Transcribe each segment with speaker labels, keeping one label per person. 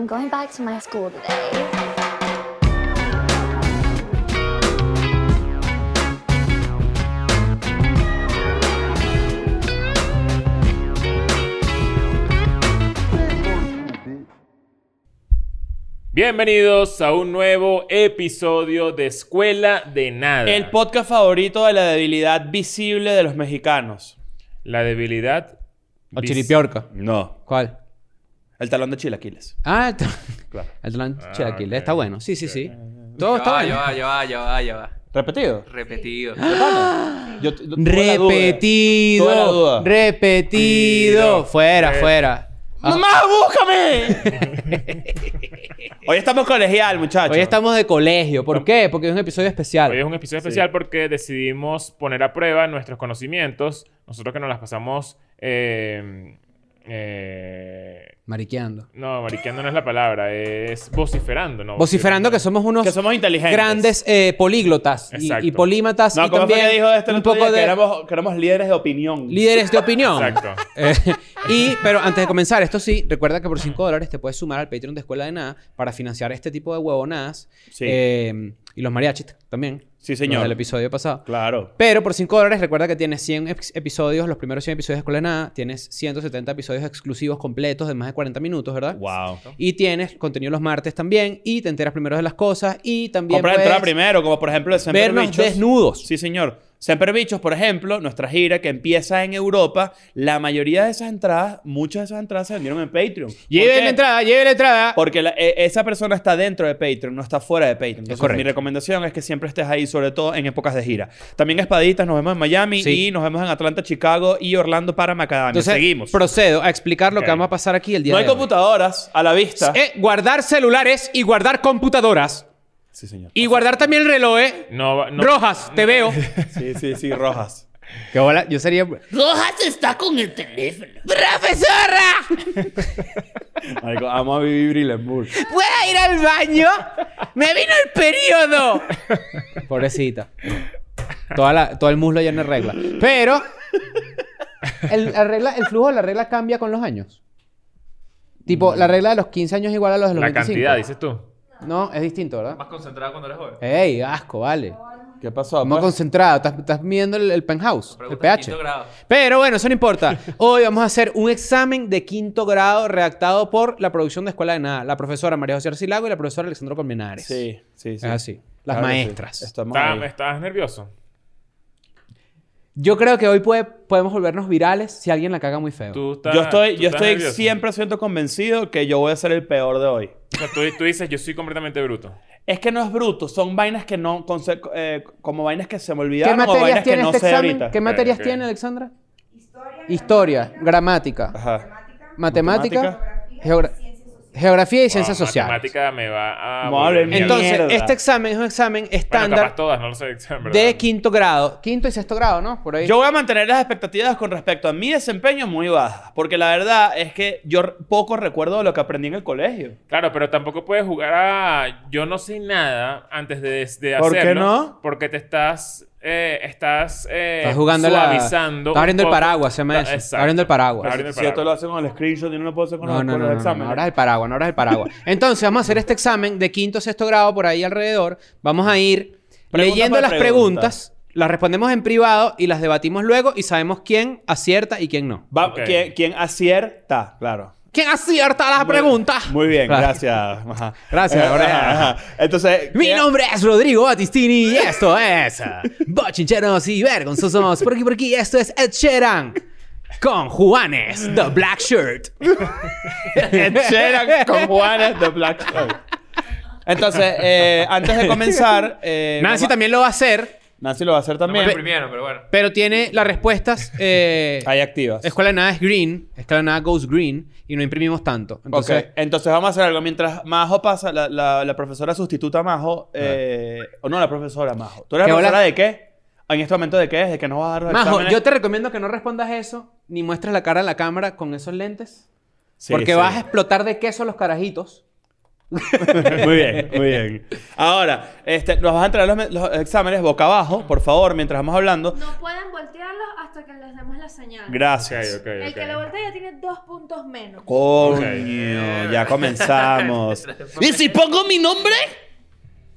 Speaker 1: I'm going back to my school today.
Speaker 2: Bienvenidos a un nuevo episodio de Escuela de Nada.
Speaker 3: El podcast favorito de la debilidad visible de los mexicanos.
Speaker 2: La debilidad.
Speaker 4: O
Speaker 2: vis-
Speaker 4: chiripiorca.
Speaker 3: No.
Speaker 4: ¿Cuál?
Speaker 3: El talón de chilaquiles.
Speaker 4: Ah, el, ta-
Speaker 3: Claro.
Speaker 4: el talán
Speaker 2: Ah,
Speaker 4: chilaquiles.
Speaker 2: ok.
Speaker 4: Está bueno. Sí, sí, sí.
Speaker 5: Ya
Speaker 4: Todo
Speaker 3: Ah,
Speaker 4: está
Speaker 5: va,
Speaker 4: bueno.
Speaker 5: ya va, ya va, ya va, ya va.
Speaker 3: ¿Repetido?
Speaker 5: Repetido.
Speaker 3: Yo t- tuve la duda. Tuve la
Speaker 4: Repetido.
Speaker 3: duda.
Speaker 4: Repetido. Fuera,
Speaker 2: Re-
Speaker 4: fuera. Ah,
Speaker 3: ¡Mamá, búscame! Hoy estamos colegial, muchachos.
Speaker 4: Hoy estamos de colegio. ¿Por qué? Porque es un episodio especial.
Speaker 2: Hoy es un episodio especial porque decidimos poner a prueba nuestros conocimientos. Nosotros que nos las pasamos. eh, eh,
Speaker 4: Mariqueando.
Speaker 2: no, mariqueando no es la palabra, es vociferando, ¿no?
Speaker 4: Vociferando que somos unos
Speaker 3: Que somos inteligentes.
Speaker 4: grandes eh, políglotas y-
Speaker 2: Exacto.
Speaker 4: y, polímatas
Speaker 3: No,
Speaker 4: y
Speaker 3: ¿cómo fue
Speaker 4: también
Speaker 3: que dijo este el
Speaker 4: un
Speaker 3: otro
Speaker 4: poco
Speaker 3: día?
Speaker 4: de
Speaker 3: Que éramos, que éramos líderes de opinión.
Speaker 4: líderes de opinión.
Speaker 2: Exacto.
Speaker 4: Eh, y, pero antes de comenzar, esto sí, recuerda que por 5 dólares te puedes sumar al Patreon de Escuela de Nada para financiar este tipo de huevonadas.
Speaker 3: Sí.
Speaker 4: Eh, y los mariachis también.
Speaker 3: Sí, señor.
Speaker 4: Los del episodio pasado.
Speaker 3: Claro.
Speaker 4: Pero por 5 dólares, recuerda que tienes 100 ex- episodios, los primeros 100 episodios de Escuela de Nada. Tienes 170 episodios exclusivos completos de más de 40 minutos, ¿verdad?
Speaker 3: Wow.
Speaker 4: Y tienes contenido los martes también. Y te enteras primero de las cosas. Y también
Speaker 3: Compra
Speaker 4: puedes
Speaker 3: entrada primero, como por ejemplo de Semper
Speaker 4: pues. vernos
Speaker 3: Bichos.
Speaker 4: desnudos.
Speaker 3: Sí, señor. Semper Bichos, por ejemplo, nuestra gira que empieza en Europa, la mayoría de esas entradas, muchas de esas entradas se vendieron en Patreon. ¿Por
Speaker 4: Lleve la
Speaker 3: qué?
Speaker 4: entrada, lleve la entrada.
Speaker 3: Porque la- e- esa persona está dentro de Patreon, no está fuera de Patreon. Entonces,
Speaker 4: correcto.
Speaker 3: mi recomendación es que siempre estés ahí, sobre todo en épocas de gira. También Espaditas, nos vemos en Miami
Speaker 4: Sí.
Speaker 3: y nos vemos en Atlanta, Chicago y Orlando para Macadamia.
Speaker 4: Entonces,
Speaker 3: Seguimos.
Speaker 4: procedo a explicar lo
Speaker 2: Ok.
Speaker 4: que vamos a pasar aquí el día
Speaker 3: No hay
Speaker 4: de hoy.
Speaker 3: computadoras a la vista.
Speaker 4: Eh, guardar celulares y guardar computadoras.
Speaker 3: Sí, señor.
Speaker 4: Y guardar también el reloj, ¿eh?
Speaker 2: No, va- no-
Speaker 4: Rojas, te veo.
Speaker 3: Sí, sí, sí, rojas.
Speaker 4: Qué bola, yo sería.
Speaker 6: Rojas está con el teléfono.
Speaker 4: ¡Profesora!
Speaker 3: Marico, amo a Vivi Brillenburg.
Speaker 4: ¿Puedo ir al baño? ¡Me vino el periodo! Pobrecita. Toda la- todo el muslo ya no es regla. Pero. El, la regla- el flujo de la regla cambia con los años. Tipo, la regla de los 15 años es igual a los de los
Speaker 2: Mm. La
Speaker 4: 25.
Speaker 2: cantidad, dices tú.
Speaker 4: No, es distinto, ¿verdad?
Speaker 5: Más concentrado cuando eres joven.
Speaker 4: ¡Ey, asco, vale!
Speaker 3: ¿Qué pasó? Pues-
Speaker 4: Más concentrado, estás, estás midiendo el, el penthouse, el
Speaker 5: Pregunta de
Speaker 4: pH.
Speaker 5: quinto grado.
Speaker 4: Pero bueno, eso no importa. Hoy vamos a hacer un examen de quinto grado redactado por la producción de Escuela de Nada, la profesora María José Arcilago y la profesora Alexandra Colmenares.
Speaker 3: Sí, sí, sí.
Speaker 4: Es así. Las
Speaker 3: Claro que sí.
Speaker 4: maestras.
Speaker 3: Estamos
Speaker 2: Está-
Speaker 3: ahí.
Speaker 2: ¿Estás nervioso?
Speaker 4: Yo creo que hoy puede- podemos volvernos virales si alguien la caga muy feo.
Speaker 2: Tú estás-
Speaker 3: Yo estoy,
Speaker 2: tú
Speaker 3: yo
Speaker 2: estás
Speaker 3: estoy
Speaker 2: nervioso.
Speaker 3: 100% convencido que yo voy a ser el peor de hoy.
Speaker 2: O sea, tú, tú dices, yo soy completamente bruto.
Speaker 3: Es que no es bruto, son vainas que no, conce- eh, como vainas que se me
Speaker 4: ¿Qué
Speaker 3: olvidaron o
Speaker 4: materias
Speaker 3: vainas que
Speaker 4: tiene
Speaker 3: no
Speaker 4: este
Speaker 3: sé
Speaker 4: examen?
Speaker 3: ahorita.
Speaker 4: ¿Qué materias
Speaker 2: ok.
Speaker 4: tiene, Alexandra? Historia, gramática,
Speaker 3: Ajá.
Speaker 4: matemática,
Speaker 3: Matemática.
Speaker 4: geogra- geografía y ciencias
Speaker 2: Wow,
Speaker 4: sociales.
Speaker 2: Ah, Matemática me va a.
Speaker 3: Madre
Speaker 2: volver
Speaker 3: mía.
Speaker 2: mierda.
Speaker 4: Entonces,
Speaker 3: Mierda.
Speaker 4: este examen es un examen
Speaker 2: Bueno,
Speaker 4: estándar
Speaker 2: capaz todas, no lo sé. en verdad.
Speaker 4: de quinto grado. Quinto y sexto grado, ¿no? Por ahí.
Speaker 3: Yo voy a mantener las expectativas con respecto a mi desempeño muy bajas, porque la verdad es que yo r- poco recuerdo de lo que aprendí en el colegio.
Speaker 2: Claro, pero tampoco puedes jugar a yo no sé nada antes de, de
Speaker 3: ¿Por qué
Speaker 2: hacerlo.
Speaker 3: no?
Speaker 2: Porque te estás... eh, estás... eh,
Speaker 4: Estás jugando la-
Speaker 2: suavizando
Speaker 4: Estás
Speaker 2: un
Speaker 4: abriendo el
Speaker 2: poco.
Speaker 4: paraguas, se llama
Speaker 2: Ta-
Speaker 4: eso. Estás
Speaker 2: exacto.
Speaker 4: abriendo el paraguas.
Speaker 2: Estás abriendo el
Speaker 3: Si esto lo
Speaker 2: paraguas.
Speaker 3: hacen con el screenshot, yo no lo puedo hacer con,
Speaker 4: No,
Speaker 3: los,
Speaker 4: no,
Speaker 3: con
Speaker 4: no,
Speaker 3: los
Speaker 4: no, no,
Speaker 3: exámenes.
Speaker 4: no, ahora es el paraguas, no, ahora es el paraguas. Entonces, vamos a hacer este examen de quinto, sexto grado, por ahí alrededor. Vamos a ir
Speaker 3: Pregunta
Speaker 4: leyendo
Speaker 3: por
Speaker 4: las
Speaker 3: pregunta.
Speaker 4: preguntas, las respondemos en privado y las debatimos luego y sabemos quién acierta y quién no.
Speaker 3: Va-
Speaker 2: Ok.
Speaker 3: quien, quien acierta, claro.
Speaker 4: ¿Quién acierta las preguntas?
Speaker 3: Muy bien,
Speaker 4: Claro.
Speaker 3: gracias. Ajá.
Speaker 4: Gracias,
Speaker 3: Eh,
Speaker 4: ahora-
Speaker 3: ajá, ajá. Entonces,
Speaker 4: Mi
Speaker 3: ¿qué-
Speaker 4: nombre es Rodrigo Batistini y esto es ah, Bochincheros y Vergonzosos. Por aquí, por aquí, esto es Ed Sheeran con Juanes, The Black Shirt.
Speaker 3: Ed Sheeran con Juanes de Black Show. Entonces, eh, antes de comenzar, eh,
Speaker 4: Nancy
Speaker 3: nos va-
Speaker 4: también lo va a hacer,
Speaker 3: Nancy lo va a hacer
Speaker 5: No me
Speaker 3: también.
Speaker 5: lo imprimieron, pero bueno.
Speaker 4: pero tiene las respuestas. eh,
Speaker 3: Ahí activas.
Speaker 4: Escuela de Nada es green, Escuela de Nada goes green y no imprimimos tanto. Entonces,
Speaker 3: ok, entonces vamos a hacer algo. Mientras Majo pasa, la, la- la profesora sustituta Majo, eh, o no la profesora Majo. ¿Tú eres
Speaker 4: ¿Qué
Speaker 3: la profesora
Speaker 4: hola?
Speaker 3: de qué? ¿En este momento de qué es? ¿De que no vas a dar los
Speaker 4: Majo,
Speaker 3: exámenes?
Speaker 4: yo te recomiendo que no respondas eso ni muestres la cara a la cámara con esos lentes
Speaker 3: Sí, sí.
Speaker 4: porque vas a explotar de queso los carajitos.
Speaker 3: Muy bien, muy bien. Ahora, este, nos vas a entregar los, me- los exámenes boca abajo, por favor, mientras vamos hablando.
Speaker 7: No pueden voltearlos hasta que les demos la señal.
Speaker 2: Ok,
Speaker 3: Gracias.
Speaker 2: ok,
Speaker 7: El que
Speaker 2: ok.
Speaker 7: lo voltea ya tiene dos puntos menos.
Speaker 3: Coño,
Speaker 2: Ok.
Speaker 3: ya comenzamos.
Speaker 6: ¿Y si pongo mi nombre?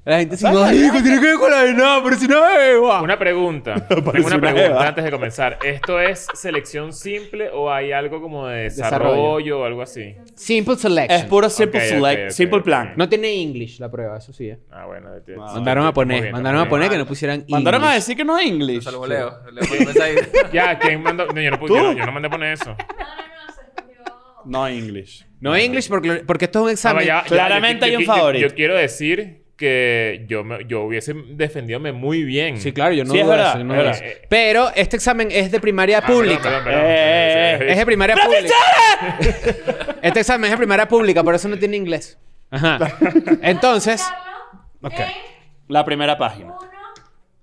Speaker 4: La gente se no, hijo, tiene que ver con la de nada, pero si no es, guau".
Speaker 2: Una pregunta. Tengo
Speaker 3: Parece
Speaker 2: una
Speaker 3: una
Speaker 2: pregunta
Speaker 3: jeva.
Speaker 2: antes de comenzar. ¿Esto es selección simple o hay algo como de
Speaker 4: Desarrollo.
Speaker 2: desarrollo, o algo así?
Speaker 4: Simple selection.
Speaker 3: Es puro simple,
Speaker 2: Ok, ok,
Speaker 3: select,
Speaker 2: ok,
Speaker 3: simple
Speaker 2: ok.
Speaker 3: plan.
Speaker 4: No tiene English la prueba, eso sí. eh.
Speaker 2: Ah, bueno. te-
Speaker 4: Mandaron
Speaker 2: muy
Speaker 4: a
Speaker 2: bien,
Speaker 4: poner,
Speaker 2: está
Speaker 4: mandaron
Speaker 2: muy
Speaker 4: a poner que
Speaker 2: bien.
Speaker 4: no pusieran
Speaker 3: Mandaron a
Speaker 4: English.
Speaker 3: decir que no es English.
Speaker 5: Salvo Leo. Leo mandó un mensaje.
Speaker 2: Ya, ¿quién mandó? No, yo no,
Speaker 3: ¿Tú?
Speaker 2: yo no- yo no mandé a poner eso.
Speaker 7: No, no, no, se escogió.
Speaker 3: No English.
Speaker 4: No English porque, porque esto es un
Speaker 2: Ah, va,
Speaker 4: examen.
Speaker 2: ya, ya,
Speaker 3: Claramente hay un
Speaker 2: qui- yo-
Speaker 3: favorito.
Speaker 2: Yo, quiero decir que yo, me- yo hubiese defendiéndome muy bien.
Speaker 3: Mm.
Speaker 4: Sí, claro, yo no
Speaker 3: Sí, es
Speaker 4: dudo
Speaker 3: verdad,
Speaker 4: eso, yo no
Speaker 3: es
Speaker 4: dudo
Speaker 3: verdad.
Speaker 4: eso. Pero este examen es de primaria
Speaker 3: Ah,
Speaker 4: pública.
Speaker 2: Perdón, perdón,
Speaker 3: Eh,
Speaker 2: perdón.
Speaker 4: Es de primaria pública. este examen es de primaria pública, por eso no tiene inglés. Ajá. Entonces,
Speaker 7: Ok.
Speaker 3: La primera página.
Speaker 7: uno,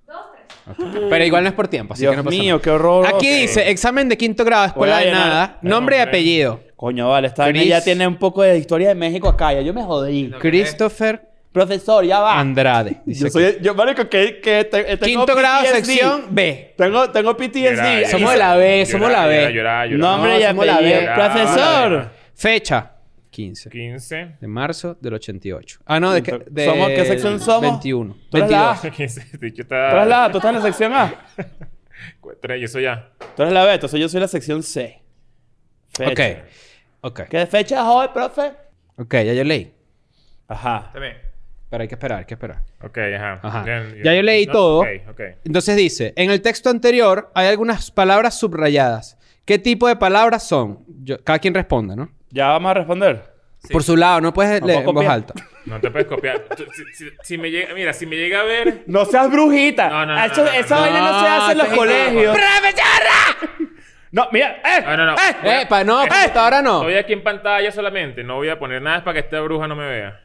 Speaker 7: dos, tres.
Speaker 4: pero igual no es por tiempo, así
Speaker 3: Dios
Speaker 4: que no pasa
Speaker 3: mío,
Speaker 4: nada.
Speaker 3: qué horror.
Speaker 4: Aquí dice, examen de quinto grado, escuela
Speaker 3: Voy a
Speaker 4: de
Speaker 3: llenar.
Speaker 4: nada, nombre y
Speaker 2: Ok.
Speaker 4: apellido.
Speaker 3: Coño, vale, esta vaina
Speaker 4: Chris.
Speaker 3: ya tiene un poco de historia de México acá. Ya yo me jodí.
Speaker 5: Ok.
Speaker 4: Christopher
Speaker 3: Profesor, ya va.
Speaker 4: Andrade. dice
Speaker 3: Ah. Yo soy... este Yo, marico, que... que te- tengo
Speaker 4: aquí. Quinto grado,
Speaker 3: PTSD.
Speaker 4: sección B.
Speaker 3: Tengo, tengo
Speaker 2: Yo era-
Speaker 3: PTSD.
Speaker 2: yo
Speaker 4: Somos
Speaker 2: era-
Speaker 4: la B,
Speaker 2: yo
Speaker 4: somos
Speaker 2: era-
Speaker 4: la
Speaker 2: yo
Speaker 4: B.
Speaker 2: era- yo era- yo era-
Speaker 3: Nombre
Speaker 4: No,
Speaker 3: y
Speaker 4: somos la
Speaker 3: apellido.
Speaker 4: B.
Speaker 3: Profesor.
Speaker 4: Fecha, 15
Speaker 2: 15.
Speaker 4: de marzo del 88. Ah, no, de, que- de
Speaker 3: ¿Somos- qué sección somos?
Speaker 4: 21.
Speaker 3: Tú eres la A.
Speaker 2: 15. Yo
Speaker 3: Tú eres la
Speaker 2: estaba...
Speaker 3: A. Tú estás en la sección A.
Speaker 2: Tres, yo soy ya.
Speaker 3: Tú eres la B. Entonces yo soy la sección C. Fecha.
Speaker 4: Ok. Ok.
Speaker 3: ¿Qué fecha es hoy, profe?
Speaker 4: Ok, ya yo leí.
Speaker 3: Ajá.
Speaker 5: Está bien.
Speaker 4: Pero hay que esperar, hay que esperar.
Speaker 2: Ok, ajá.
Speaker 4: Ajá.
Speaker 2: Bien,
Speaker 4: Ya yo leí todo.
Speaker 2: Ok, ok.
Speaker 4: Entonces dice, en el texto anterior hay algunas palabras subrayadas. ¿Qué tipo de palabras son? Yo- cada quien responda, ¿no?
Speaker 3: Ya vamos a responder.
Speaker 4: Por su lado, no puedes
Speaker 3: No
Speaker 4: leer
Speaker 3: puedo
Speaker 4: en voz
Speaker 3: copiar.
Speaker 4: alta.
Speaker 2: No te puedes copiar. Tú- si, si- si me llega, mira, si me llega a ver.
Speaker 3: No seas brujita.
Speaker 2: No, no, no,
Speaker 3: Eso-
Speaker 2: no, no,
Speaker 3: esa
Speaker 2: no.
Speaker 3: vaina no se hace en los
Speaker 4: No,
Speaker 3: colegios. No, mira. ¡Eh!
Speaker 2: No, no, no. Voy a-
Speaker 4: Epa, no,
Speaker 2: eh,
Speaker 4: computadora no.
Speaker 2: Estoy aquí en pantalla solamente. No voy a poner nada es para que esta bruja no me vea.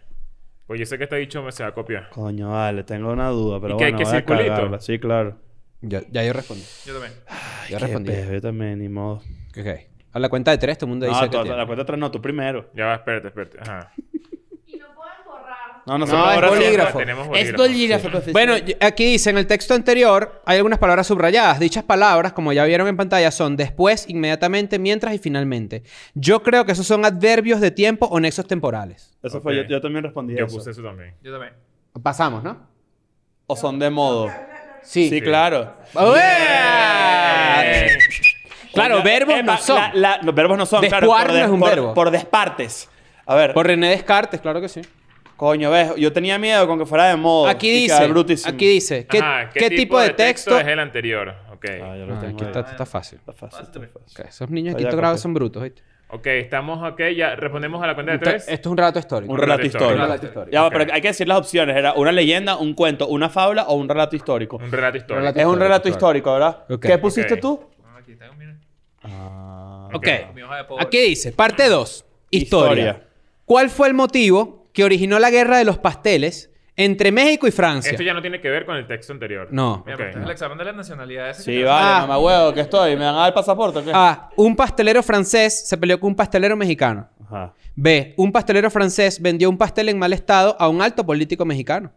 Speaker 2: Pues yo sé que este dicho me se va a copiar.
Speaker 3: Coño, vale, tengo una duda, pero
Speaker 2: ¿Y qué,
Speaker 3: bueno,
Speaker 2: qué
Speaker 3: voy a
Speaker 2: circulito?
Speaker 3: cagarla. Sí, claro.
Speaker 4: Ya, ya yo respondí.
Speaker 5: Yo también.
Speaker 4: Ya
Speaker 3: Qué
Speaker 4: respondí.
Speaker 3: pedo, yo también, ni modo.
Speaker 4: Ok. A la cuenta de tres, todo el mundo
Speaker 3: No,
Speaker 4: dice
Speaker 3: tú-
Speaker 4: que
Speaker 3: a la cuenta atrás no, tú primero.
Speaker 2: Ya va, espérate, espérate. Ajá.
Speaker 7: Y no pueden borrar.
Speaker 3: No,
Speaker 4: No,
Speaker 3: nosotros
Speaker 4: es
Speaker 3: ahora sí.
Speaker 4: bolígrafo.
Speaker 2: Tenemos
Speaker 6: Es
Speaker 2: bolígrafo.
Speaker 6: bolígrafo, profesor.
Speaker 4: Bueno, y- aquí dice, en el texto anterior hay algunas palabras subrayadas. Dichas palabras, como ya vieron en pantalla, son después, inmediatamente, mientras y finalmente. Yo creo que esos son adverbios de tiempo o nexos temporales.
Speaker 3: Eso fue, yo,
Speaker 2: Ok.
Speaker 3: yo también respondí
Speaker 2: Yo
Speaker 3: eso.
Speaker 2: puse eso también.
Speaker 5: Yo también.
Speaker 4: Pasamos, ¿no?
Speaker 3: O son de modo.
Speaker 4: Sí.
Speaker 3: Sí, claro.
Speaker 4: ¡Ué! Claro,
Speaker 3: Coño,
Speaker 4: verbos
Speaker 3: epa,
Speaker 4: no son.
Speaker 3: la- la- no, verbos no son, claro.
Speaker 4: Descuar
Speaker 3: por
Speaker 4: no
Speaker 3: des-
Speaker 4: es un
Speaker 3: por-
Speaker 4: verbo.
Speaker 3: Por despartes. A ver,
Speaker 4: Por René Descartes, claro que sí.
Speaker 3: coño, ves, yo tenía miedo con que fuera de modo.
Speaker 4: Aquí
Speaker 3: Oh, y quedar
Speaker 4: dice,
Speaker 3: brutísimo.
Speaker 4: aquí dice, ¿qué,
Speaker 2: Ajá,
Speaker 4: qué tipo de texto?
Speaker 2: es el anterior? Ok.
Speaker 3: Ah, yo lo
Speaker 4: Ah,
Speaker 3: tengo
Speaker 4: aquí
Speaker 3: ahí.
Speaker 4: está, está fácil.
Speaker 3: Está fácil, está fácil.
Speaker 4: Ok, Esos niños de
Speaker 3: Allá,
Speaker 4: quinto grado
Speaker 3: copié.
Speaker 4: son brutos, ¿oíste?
Speaker 2: Ok, estamos ok. Ya respondemos a la cuenta de
Speaker 4: Esto,
Speaker 2: tres.
Speaker 4: esto es un relato histórico.
Speaker 3: Un relato
Speaker 2: relato
Speaker 3: histórico.
Speaker 2: histórico.
Speaker 3: Ya, va,
Speaker 2: Ok.
Speaker 3: pero hay que decir las opciones. Era una leyenda, un cuento, una fábula o un relato histórico.
Speaker 2: Un relato histórico.
Speaker 4: Relato-
Speaker 3: Es un relato
Speaker 4: Histórico,
Speaker 3: histórico, ¿verdad?
Speaker 4: Ok.
Speaker 3: ¿Qué pusiste
Speaker 2: Ok.
Speaker 3: tú?
Speaker 5: Ah, Aquí tengo, mira.
Speaker 4: Ok.
Speaker 5: Mi hoja de pobre.
Speaker 4: Aquí dice, parte 2, historia.
Speaker 3: Historia.
Speaker 4: ¿Cuál fue el motivo que originó la guerra de los pasteles entre México y Francia?
Speaker 2: Esto ya no tiene que ver con el texto anterior.
Speaker 4: No.
Speaker 5: Mira,
Speaker 2: Ok.
Speaker 3: pues,
Speaker 5: pero este es el examen de las nacionalidades.
Speaker 3: Sí,
Speaker 5: va.
Speaker 3: vale,
Speaker 4: Ah.
Speaker 3: mamá huevo, que estoy. ¿Me van a dar el pasaporte o qué?
Speaker 4: A. Un pastelero francés se peleó con un pastelero mexicano.
Speaker 3: Ajá.
Speaker 4: B. Un pastelero francés vendió un pastel en mal estado a un alto político mexicano.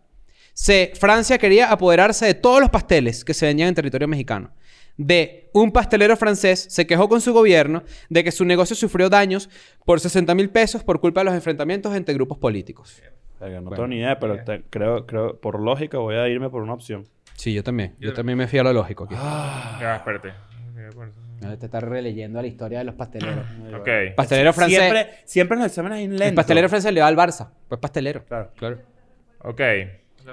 Speaker 4: C. Francia quería apoderarse de todos los pasteles que se vendían en territorio mexicano. D. Un pastelero francés se quejó con su gobierno de que su negocio sufrió daños por 60 mil pesos por culpa de los enfrentamientos entre grupos políticos.
Speaker 3: Verga, no
Speaker 4: Bueno.
Speaker 3: tengo ni idea, pero te- creo, creo, por lógica voy a irme por una opción.
Speaker 4: Sí, yo también. Yo también me fui a lo lógico. aquí.
Speaker 2: Ya, va, Ah, espérate.
Speaker 4: Ah. Te estás releyendo la historia de los pasteleros.
Speaker 2: Ok.
Speaker 4: Pastelero francés.
Speaker 3: Siempre, siempre en los exámenes hay un lento.
Speaker 4: El pastelero francés le va al Barça. Pues pastelero.
Speaker 3: Claro.
Speaker 2: Ok.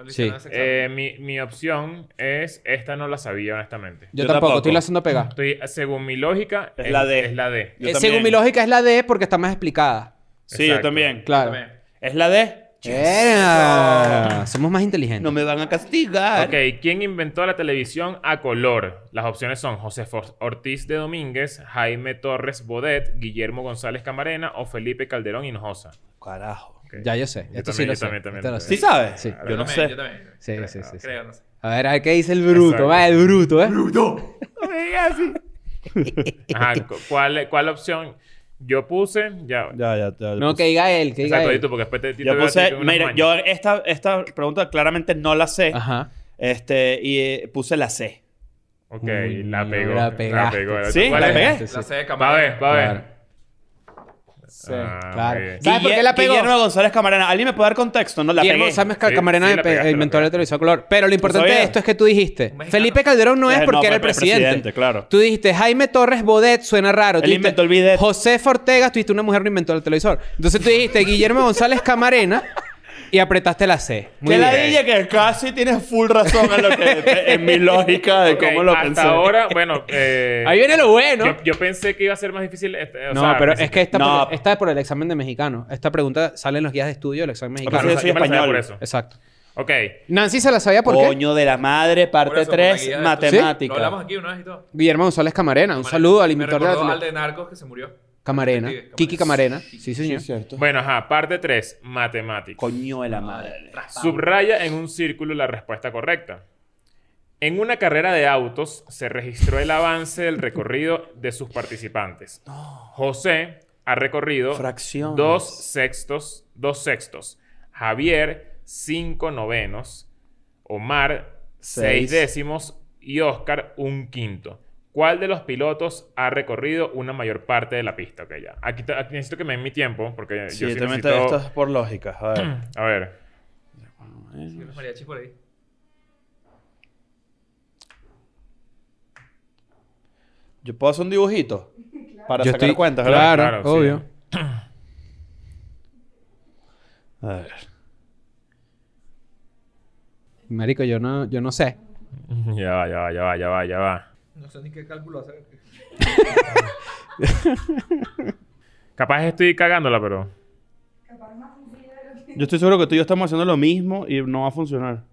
Speaker 4: Sí.
Speaker 2: Eh, mi, mi opción es... Esta no la sabía, honestamente.
Speaker 3: Yo
Speaker 4: Yo, tampoco,
Speaker 3: tampoco.
Speaker 4: estoy la haciendo pegar.
Speaker 2: Estoy, según mi lógica...
Speaker 3: Es la D.
Speaker 2: Es la D.
Speaker 3: Yo
Speaker 4: Eh,
Speaker 3: también.
Speaker 4: según mi lógica es la D porque está más explicada.
Speaker 3: Sí, yo
Speaker 2: Exacto.
Speaker 3: también.
Speaker 4: Claro.
Speaker 3: ¿Es la D?
Speaker 4: Yeah. Somos más inteligentes.
Speaker 3: No me van a castigar.
Speaker 2: Ok, ¿quién inventó la televisión a color? Las opciones son José For- Ortiz de Domínguez, Jaime Torres Bodet, Guillermo González Camarena o Felipe Calderón Hinojosa.
Speaker 3: Carajo.
Speaker 4: Ya yo sé.
Speaker 2: Yo
Speaker 4: Esto
Speaker 2: también,
Speaker 4: sí lo
Speaker 2: yo
Speaker 4: sé.
Speaker 2: también, también.
Speaker 4: Esto lo sé.
Speaker 3: ¿Sí sabes?
Speaker 4: Sí.
Speaker 3: Yo no
Speaker 5: Yo
Speaker 3: sé.
Speaker 5: también.
Speaker 4: Sí,
Speaker 5: Creo,
Speaker 4: sí,
Speaker 5: no,
Speaker 4: sí, sí.
Speaker 5: Creo, no sé.
Speaker 4: A ver, a ver qué dice el bruto.
Speaker 2: Exacto.
Speaker 4: Va, el bruto, ¿eh?
Speaker 2: Ajá, cu- ¿cuál, ¿cuál opción? Yo puse, ya.
Speaker 3: Ya, ya, ya.
Speaker 4: No, que diga él, que diga
Speaker 2: Exacto,
Speaker 4: él.
Speaker 2: y tú, porque después te, te
Speaker 3: Yo
Speaker 2: veo a ti
Speaker 3: puse,
Speaker 2: con unos
Speaker 3: mira,
Speaker 2: maños.
Speaker 3: yo esta, esta pregunta claramente no la sé.
Speaker 4: Ajá.
Speaker 3: Este, y eh, puse la C.
Speaker 2: Ok,
Speaker 4: Uy,
Speaker 2: la pegó.
Speaker 4: la
Speaker 2: La,
Speaker 4: pegaste.
Speaker 2: pegó. ¿Cuál
Speaker 3: Sí,
Speaker 2: es?
Speaker 3: la pegué.
Speaker 4: Sí, sí.
Speaker 5: La C de
Speaker 2: Va a ver,
Speaker 5: camarón.
Speaker 2: va a ver.
Speaker 4: Claro. Sí,
Speaker 2: Ah,
Speaker 4: claro.
Speaker 2: muy bien.
Speaker 4: ¿Sabes por
Speaker 3: Guille-
Speaker 4: qué la pegó?
Speaker 3: Guillermo González Camarena. ¿Alguien me puede dar contexto? No la
Speaker 4: Guillermo
Speaker 3: pegué.
Speaker 4: Sámez
Speaker 2: Sí,
Speaker 4: Camarena
Speaker 2: sí, la
Speaker 4: pe-
Speaker 2: pegaste, la
Speaker 4: inventó
Speaker 2: pegaste.
Speaker 4: el televisor a color. Pero lo importante
Speaker 3: sabía.
Speaker 4: de esto es que tú dijiste.
Speaker 5: Un mexicano.
Speaker 4: Felipe Calderón no es
Speaker 3: Eh,
Speaker 4: porque
Speaker 3: no,
Speaker 4: era el
Speaker 3: fue
Speaker 4: presidente.
Speaker 3: presidente, claro.
Speaker 4: Tú dijiste Jaime Torres Bodet, suena raro. Tú
Speaker 3: Él
Speaker 4: dijiste,
Speaker 3: inventó el bidet.
Speaker 4: José Ortega, tú dijiste una mujer no inventó el televisor. Entonces tú dijiste Guillermo González Camarena y apretaste la C. Muy
Speaker 3: Que la
Speaker 4: bien.
Speaker 3: dije que casi tienes full razón en, lo que, en mi lógica de
Speaker 2: Ok,
Speaker 3: cómo lo
Speaker 2: hasta
Speaker 3: pensé.
Speaker 2: ahora, bueno. eh,
Speaker 4: Ahí viene lo bueno.
Speaker 2: yo, yo pensé que iba a ser más difícil. este, o
Speaker 4: no,
Speaker 2: sea,
Speaker 4: pero
Speaker 2: que-
Speaker 4: es que esta,
Speaker 3: No.
Speaker 4: por, esta es por el examen de mexicano. Esta pregunta sale en los guías de estudio del examen
Speaker 3: Pero
Speaker 4: mexicano.
Speaker 2: Claro,
Speaker 3: yo
Speaker 2: o sea,
Speaker 3: soy
Speaker 2: yo me la sabía
Speaker 3: español.
Speaker 2: por eso.
Speaker 4: Exacto.
Speaker 2: Ok.
Speaker 4: Nancy se la sabía porque
Speaker 3: Coño de la madre,
Speaker 5: Por
Speaker 3: parte
Speaker 5: eso, por la
Speaker 3: 3,
Speaker 5: guía de estudio. Lo
Speaker 3: matemática.
Speaker 5: hablamos aquí una vez y todo.
Speaker 4: Guillermo González Camarena. Un saludo al inventor
Speaker 5: de
Speaker 4: de la
Speaker 5: al
Speaker 4: tele-
Speaker 5: de Narcos que se murió.
Speaker 4: Camarena.
Speaker 5: Detective,
Speaker 4: Kiki Camarena. Sí, señor.
Speaker 3: cierto.
Speaker 2: Bueno, ajá. Parte 3. Matemáticas.
Speaker 3: Coño de la madre.
Speaker 2: Subraya en un círculo la respuesta correcta. En una carrera de autos se registró el avance del recorrido de sus participantes. José ha recorrido
Speaker 3: Fracciones.
Speaker 2: dos sextos, dos sextos. Javier, cinco novenos. Omar, seis.
Speaker 3: Seis.
Speaker 2: décimos. Y Oscar, un quinto. ¿Cuál de los pilotos ha recorrido una mayor parte de la pista? Ok, ya. Aquí, te- aquí necesito que me den mi tiempo, porque
Speaker 3: Sí,
Speaker 2: yo sí
Speaker 3: te metes-
Speaker 2: necesito...
Speaker 3: esto es por lógica. A ver.
Speaker 2: A ver.
Speaker 5: Sí, los mariachis por ahí.
Speaker 3: Yo puedo hacer un dibujito para
Speaker 4: Yo
Speaker 3: sacar
Speaker 4: estoy-
Speaker 3: cuentas, ¿verdad?
Speaker 4: claro,
Speaker 2: Claro, sí.
Speaker 4: obvio.
Speaker 3: A ver.
Speaker 4: Marico, yo no, yo no sé.
Speaker 2: Ya va, ya va, ya va, ya va, ya va.
Speaker 5: No sé ni qué cálculo hacer.
Speaker 2: Capaz estoy cagándola, pero.
Speaker 3: Yo estoy seguro que tú y yo estamos haciendo lo mismo y no va a funcionar.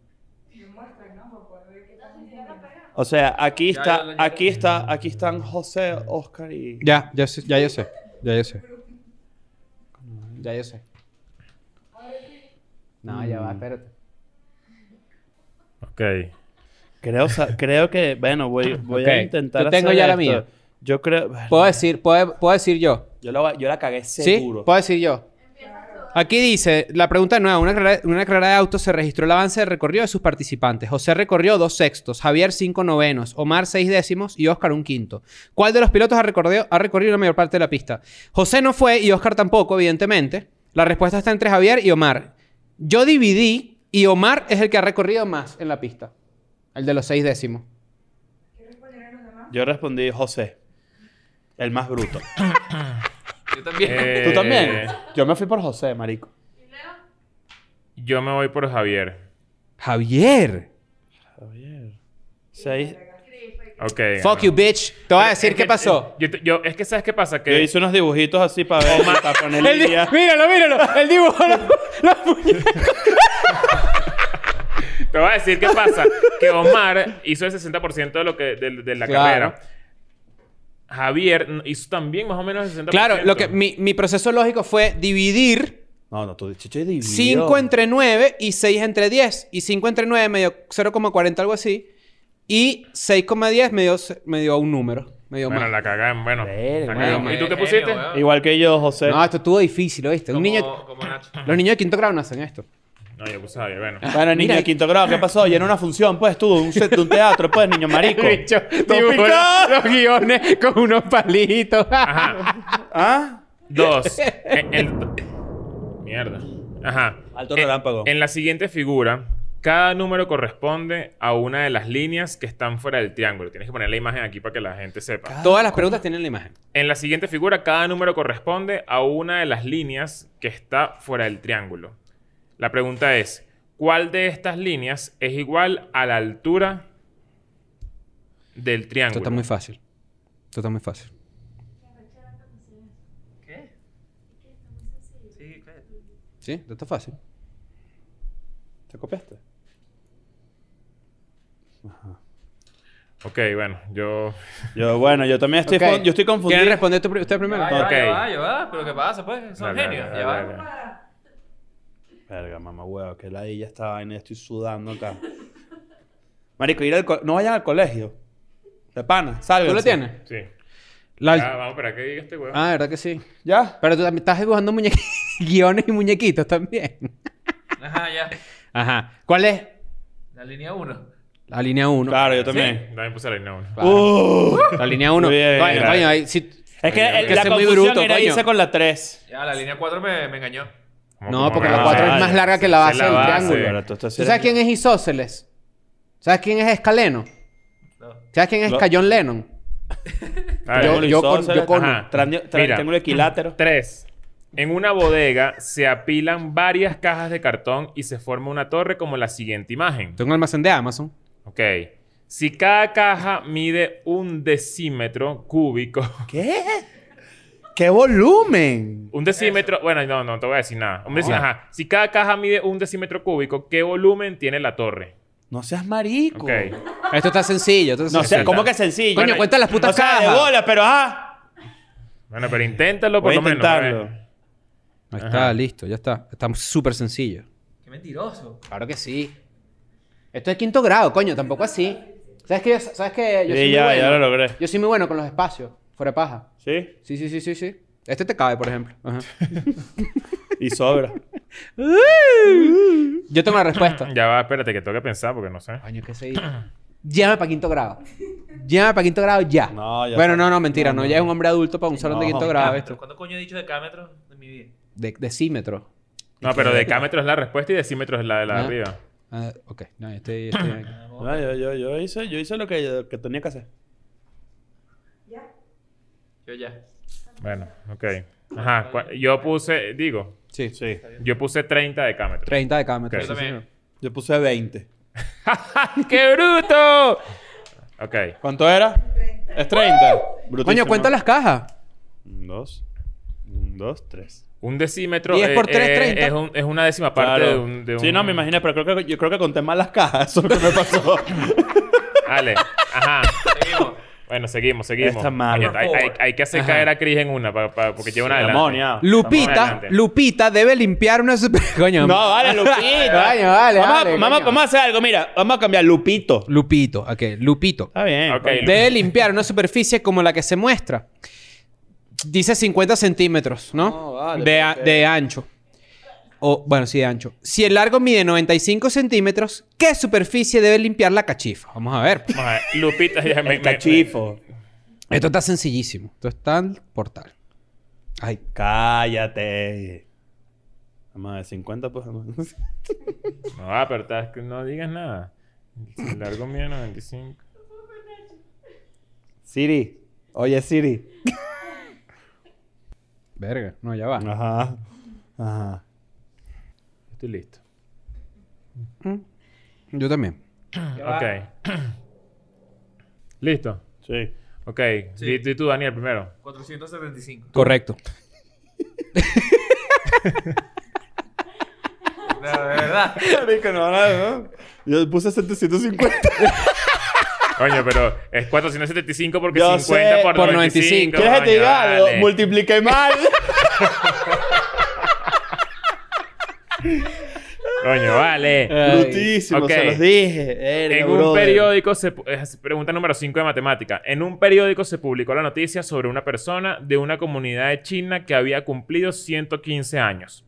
Speaker 3: O sea, aquí
Speaker 5: Ya, ya,
Speaker 3: está,
Speaker 5: ya.
Speaker 3: aquí está, aquí están José, Oscar y.
Speaker 4: Ya, ya, sé- ya yo sé. Ya yo sé. Ya yo sé. No, ya va, espérate.
Speaker 2: Ok.
Speaker 3: Creo, sa- creo que, bueno, voy, voy
Speaker 4: Ok.
Speaker 3: a intentar.
Speaker 4: Yo tengo
Speaker 3: hacer
Speaker 4: ya la
Speaker 3: esto.
Speaker 4: mía.
Speaker 3: Yo creo.
Speaker 4: Puedo decir, puedo, puedo decir yo.
Speaker 3: Yo la, yo la cagué
Speaker 4: ¿Sí?
Speaker 3: seguro.
Speaker 4: Puedo decir yo. Aquí dice, la pregunta nueva, una carrera, una carrera de autos se registró el avance de recorrido de sus participantes. José recorrió dos sextos, Javier cinco novenos, Omar seis décimos y Oscar un quinto. ¿Cuál de los pilotos ha recorrido, ha recorrido la mayor parte de la pista? José no fue y Oscar tampoco, evidentemente. La respuesta está entre Javier y Omar. Yo dividí y Omar es el que ha recorrido más en la pista. El de los seis décimos.
Speaker 3: Yo respondí José. El más bruto.
Speaker 5: Yo también.
Speaker 2: Eh,
Speaker 3: ¿Tú también? Yo me fui por José, marico.
Speaker 7: ¿Y Leo?
Speaker 2: Yo me voy por Javier.
Speaker 4: Javier.
Speaker 3: Javier. Seis.
Speaker 2: Ok.
Speaker 4: Fuck you, bitch. Te voy a decir qué pasó.
Speaker 2: Yo, te- yo- es que sabes qué pasa,
Speaker 3: Yo
Speaker 2: que
Speaker 3: hice unos dibujitos así para ver, para ponerle
Speaker 4: El di-
Speaker 3: idea.
Speaker 4: míralo, míralo. El dibujo. la- la muñeca.
Speaker 2: te voy a decir qué pasa. Que Omar hizo el 60% de lo que de, de la
Speaker 4: Claro.
Speaker 2: carrera. Javier hizo también más o menos el 60%.
Speaker 4: Claro, lo que, mi, mi proceso lógico fue dividir
Speaker 3: No, no, tú chicho dividido.
Speaker 4: 5 entre 9 y 6 entre 10. Y 5 entre 9 me dio 0,40 algo así. Y 6,10 me dio, me dio un número. Me dio
Speaker 2: Bueno,
Speaker 4: más.
Speaker 2: la cagaron. Bueno. la
Speaker 3: Verga,
Speaker 2: cagaron.
Speaker 3: bueno.
Speaker 2: ¿Y tú qué pusiste?
Speaker 3: Igual que yo, José.
Speaker 4: No, esto estuvo difícil, ¿oíste? Un niño,
Speaker 5: Como Nacho.
Speaker 4: los niños de quinto grado no hacen esto.
Speaker 2: No, yo puse Javier. Bueno.
Speaker 3: Bueno, niño
Speaker 4: Mira,
Speaker 3: de quinto grado, ¿qué pasó? Y en una función, pues, tú, un set de un teatro, pues, niño marico.
Speaker 4: Dibujó
Speaker 3: picado.
Speaker 4: los guiones con unos palitos.
Speaker 2: Ajá.
Speaker 3: ¿Ah?
Speaker 2: Dos. Eh, el- Mierda. Ajá.
Speaker 3: Alto
Speaker 2: Eh,
Speaker 3: relámpago.
Speaker 2: En la siguiente figura, cada número corresponde a una de las líneas que están fuera del triángulo. Tienes que poner la imagen aquí para que la gente sepa.
Speaker 4: Todas las preguntas tienen la imagen.
Speaker 2: En la siguiente figura, cada número corresponde a una de las líneas que está fuera del triángulo. La pregunta es, ¿cuál de estas líneas es igual a la altura del
Speaker 4: Esto
Speaker 2: triángulo?
Speaker 4: está muy fácil. Esto está muy fácil.
Speaker 5: ¿Qué? Sí, cállate.
Speaker 4: ¿Sí? Esto está fácil.
Speaker 3: ¿Te copiaste?
Speaker 2: ok, bueno, yo...
Speaker 3: Yo, bueno, yo también estoy,
Speaker 4: Ok.
Speaker 3: con- yo estoy confundido.
Speaker 4: ¿Quieren responder tu pri- usted primero?
Speaker 5: Ya va,
Speaker 2: Ok.
Speaker 5: ya va, ya va. Pero ¿qué pasa, pues? Son
Speaker 2: Dale,
Speaker 5: genios.
Speaker 2: dale,
Speaker 5: Ya
Speaker 2: dale,
Speaker 5: va.
Speaker 2: dale.
Speaker 3: Verga, mamá huevo, que ladilla esta vaina, estoy sudando acá. Marico, ir al co- no vayan al colegio. De pana, salgan.
Speaker 4: ¿Tú lo tienes?
Speaker 2: Sí.
Speaker 4: La-
Speaker 2: Ya, vamos a esperar que diga este huevo.
Speaker 4: Ah, ¿verdad que sí?
Speaker 3: ¿Ya?
Speaker 4: Pero tú también estás dibujando muñequi- guiones y muñequitos también.
Speaker 5: Ajá, ya.
Speaker 4: Ajá. ¿Cuál es?
Speaker 5: La línea 1.
Speaker 4: La línea 1.
Speaker 3: Claro, yo
Speaker 2: Sí,
Speaker 3: también.
Speaker 2: también puse la línea uno.
Speaker 3: Uh.
Speaker 4: La línea 1.
Speaker 3: Muy bien,
Speaker 4: Coño,
Speaker 3: claro.
Speaker 4: coño, ahí sí.
Speaker 3: Es que el-
Speaker 4: que
Speaker 3: la
Speaker 4: soy muy
Speaker 3: confusión
Speaker 4: bruto,
Speaker 3: era
Speaker 4: coño.
Speaker 3: irse con la 3.
Speaker 5: Ya, Ah, la línea 4 me, me engañó.
Speaker 2: ¿Cómo-
Speaker 4: No,
Speaker 2: cómo
Speaker 4: porque
Speaker 2: me
Speaker 4: la
Speaker 2: va a
Speaker 4: 4
Speaker 2: hacer?
Speaker 4: es más larga que
Speaker 2: Sí,
Speaker 4: la
Speaker 2: es
Speaker 4: base del
Speaker 2: base.
Speaker 4: triángulo. ¿Tú sabes quién es Isósceles? ¿Sabes quién es Escaleno?
Speaker 5: No.
Speaker 4: ¿Sabes quién es
Speaker 3: Lo-
Speaker 4: Cayón Lennon?
Speaker 2: A ver,
Speaker 4: Yo- yo con- yo con-
Speaker 2: Ajá.
Speaker 3: Tran- tran-
Speaker 2: Mira.
Speaker 3: triángulo equilátero.
Speaker 2: Tres. En una bodega se apilan varias cajas de cartón y se forma una torre como la siguiente imagen.
Speaker 4: Tengo un almacén de Amazon.
Speaker 2: Ok. Si cada caja mide un decímetro cúbico.
Speaker 3: ¿Qué? ¡Qué volumen!
Speaker 2: Un decímetro. Bueno, no, no te voy a decir nada. Un decímetro, ajá. Si cada caja mide un decímetro cúbico, ¿qué volumen tiene la torre?
Speaker 3: No seas marico.
Speaker 2: Ok.
Speaker 4: Esto está sencillo. esto está
Speaker 3: No sé,
Speaker 4: sencillo.
Speaker 3: ¿cómo que sencillo?
Speaker 4: Coño, cuenta las putas
Speaker 3: o sea,
Speaker 4: cajas.
Speaker 3: de bola, pero ajá.
Speaker 2: Bueno, pero inténtalo por
Speaker 3: Voy a
Speaker 2: lo menos. ¿eh? a ver.
Speaker 3: intentarlo.
Speaker 4: Ahí
Speaker 2: Ajá.
Speaker 4: está, listo, ya está. Está súper sencillo.
Speaker 5: Qué mentiroso.
Speaker 4: Claro que sí. Esto es quinto grado, coño, tampoco así. ¿Sabes que yo, sabes que yo
Speaker 3: Sí,
Speaker 4: soy muy
Speaker 3: ya,
Speaker 4: bueno?
Speaker 3: ya lo logré.
Speaker 4: Yo soy muy bueno con los espacios, fuera de paja.
Speaker 3: ¿Sí?
Speaker 4: Sí, sí, sí, sí, sí. Este te cabe, por ejemplo. Ajá.
Speaker 3: Y sobra.
Speaker 4: yo tengo la respuesta.
Speaker 2: Ya va, espérate, que tengo que pensar porque no sé.
Speaker 4: Coño, ¿qué se dice? Llévame para quinto grado. Llévame para quinto grado ya.
Speaker 3: No, ya
Speaker 4: bueno,
Speaker 3: está.
Speaker 4: no, no, mentira. No, ya es un hombre adulto para un salón de
Speaker 3: No,
Speaker 4: quinto grado
Speaker 5: Decámetro.
Speaker 4: esto.
Speaker 5: ¿Cuánto coño he dicho de cámetro en mi vida?
Speaker 4: De, decímetro.
Speaker 2: No, pero decámetro es la respuesta y decímetro es la de la de
Speaker 4: Ah.
Speaker 2: arriba.
Speaker 4: Ah, ok. No, yo estoy... yo estoy aquí.
Speaker 3: No, Ah, yo, yo, yo hice, yo hice lo que, yo- que tenía que hacer.
Speaker 5: Yo ya.
Speaker 2: Bueno, ok. Ajá. cua- Yo puse, digo,
Speaker 4: Sí.
Speaker 3: Sí.
Speaker 2: yo puse 30 decámetros.
Speaker 4: 30 de cada metro.
Speaker 2: Ok.
Speaker 5: Yo
Speaker 4: sí,
Speaker 5: también.
Speaker 3: Yo puse 20.
Speaker 2: ¡Qué bruto! Ok.
Speaker 3: ¿Cuánto era? Es 30.
Speaker 4: señor. Coño, cuenta las cajas.
Speaker 3: 2, 2, 3.
Speaker 2: Un decímetro
Speaker 4: 10 por tres,
Speaker 2: eh,
Speaker 4: 30.
Speaker 2: es, un- es una décima parte de un, de
Speaker 3: Sí,
Speaker 2: un-
Speaker 3: no, me imaginé, pero creo que, yo creo que conté mal las cajas. Eso es lo que me pasó.
Speaker 2: Dale. Ajá.
Speaker 5: Seguimos.
Speaker 2: Bueno, seguimos, seguimos.
Speaker 3: Está mal.
Speaker 2: Coño, hay, hay- hay que hacer
Speaker 4: Ajá.
Speaker 2: caer a Cris en una pa- pa- porque lleva una adelante.
Speaker 3: Demonia.
Speaker 2: Vamos
Speaker 4: Lupita,
Speaker 2: adelante.
Speaker 4: Lupita debe limpiar una super... Coño.
Speaker 3: No, vale, Lupita.
Speaker 4: Coño, vale,
Speaker 3: vamos, a-
Speaker 4: vale,
Speaker 3: vamos, a-
Speaker 4: coño.
Speaker 3: vamos a hacer algo, mira. Vamos a cambiar Lupito.
Speaker 4: Lupito, ok, Lupito.
Speaker 3: Está bien.
Speaker 2: Ok.
Speaker 4: Debe limpiar una superficie como la que se muestra. Dice 50 centímetros, ¿no?
Speaker 3: No, vale,
Speaker 4: de, a-
Speaker 3: ok.
Speaker 4: de ancho. O, bueno, sí, de ancho. Si el largo mide 95 centímetros, ¿qué superficie debe limpiar la cachifa? Vamos a ver.
Speaker 2: Vamos a ver. Lupita ya me,
Speaker 3: El
Speaker 2: me-
Speaker 3: cachifo.
Speaker 4: Esto está sencillísimo. Esto está en portal. Ay,
Speaker 3: Cállate. Vamos a ver, 50, pues. vamos.
Speaker 2: No, ah, pero estás- no digas nada. El largo mío 95.
Speaker 3: Siri. Oye, Siri.
Speaker 4: verga. No, ya va.
Speaker 2: Ah.
Speaker 3: Ajá. Ajá.
Speaker 2: Estoy listo.
Speaker 4: Yo también.
Speaker 2: Ok. Listo.
Speaker 3: Sí.
Speaker 2: Ok. Di, di tú, Daniel, primero.
Speaker 5: 475.
Speaker 4: Correcto.
Speaker 5: De verdad.
Speaker 3: Marico, no, no, no. Yo puse 750.
Speaker 2: Coño, pero es 475 porque
Speaker 3: Yo
Speaker 2: 50
Speaker 3: sé,
Speaker 2: por,
Speaker 4: por
Speaker 2: 95.
Speaker 4: 95.
Speaker 3: ¿Quieres que te
Speaker 2: coño,
Speaker 3: diga algo?
Speaker 2: dale.
Speaker 3: Multipliqué mal.
Speaker 2: Coño, vale.
Speaker 3: Brutísimo,
Speaker 2: ok.
Speaker 3: se los dije. Verga,
Speaker 2: En un
Speaker 3: Eh, brother.
Speaker 2: periódico se... pu- eh, Pregunta número 5 de matemática. En un periódico se publicó la noticia sobre una persona de una comunidad de China que había cumplido 115 años.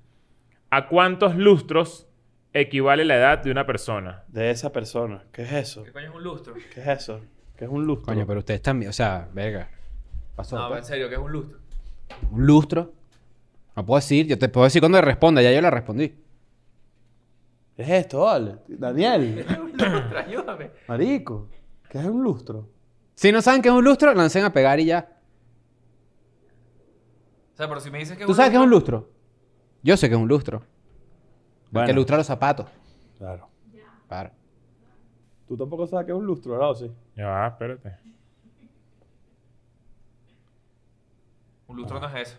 Speaker 2: ¿A cuántos lustros equivale la edad de una persona?
Speaker 3: De esa persona. ¿Qué es eso?
Speaker 5: ¿Qué coño es un lustro?
Speaker 3: ¿Qué es eso? ¿Qué es un lustro?
Speaker 4: Coño, pero ustedes también. O sea, verga. Pasó.
Speaker 5: No,
Speaker 4: pues.
Speaker 5: en serio, ¿qué es un lustro?
Speaker 4: Un lustro. No puedo decir. Yo te puedo decir cuando responda. Ya yo la respondí.
Speaker 3: ¿Qué es esto, vale? Daniel,
Speaker 5: Un lustro, ayúdame.
Speaker 3: marico. ¿Qué es un lustro?
Speaker 4: Si no saben qué es un lustro, lancen a pegar y ya.
Speaker 5: O sea, pero si me dices que es
Speaker 4: ¿Tú
Speaker 5: un
Speaker 4: sabes qué es un
Speaker 5: lustro-
Speaker 4: lustro? Yo sé que es un lustro. Hay Que
Speaker 3: Bueno.
Speaker 4: lustra los zapatos.
Speaker 3: Claro.
Speaker 4: Claro.
Speaker 3: Tú tampoco sabes qué es un lustro, ¿verdad? ¿O sí?
Speaker 2: Ya va, espérate.
Speaker 5: Un lustro no es eso.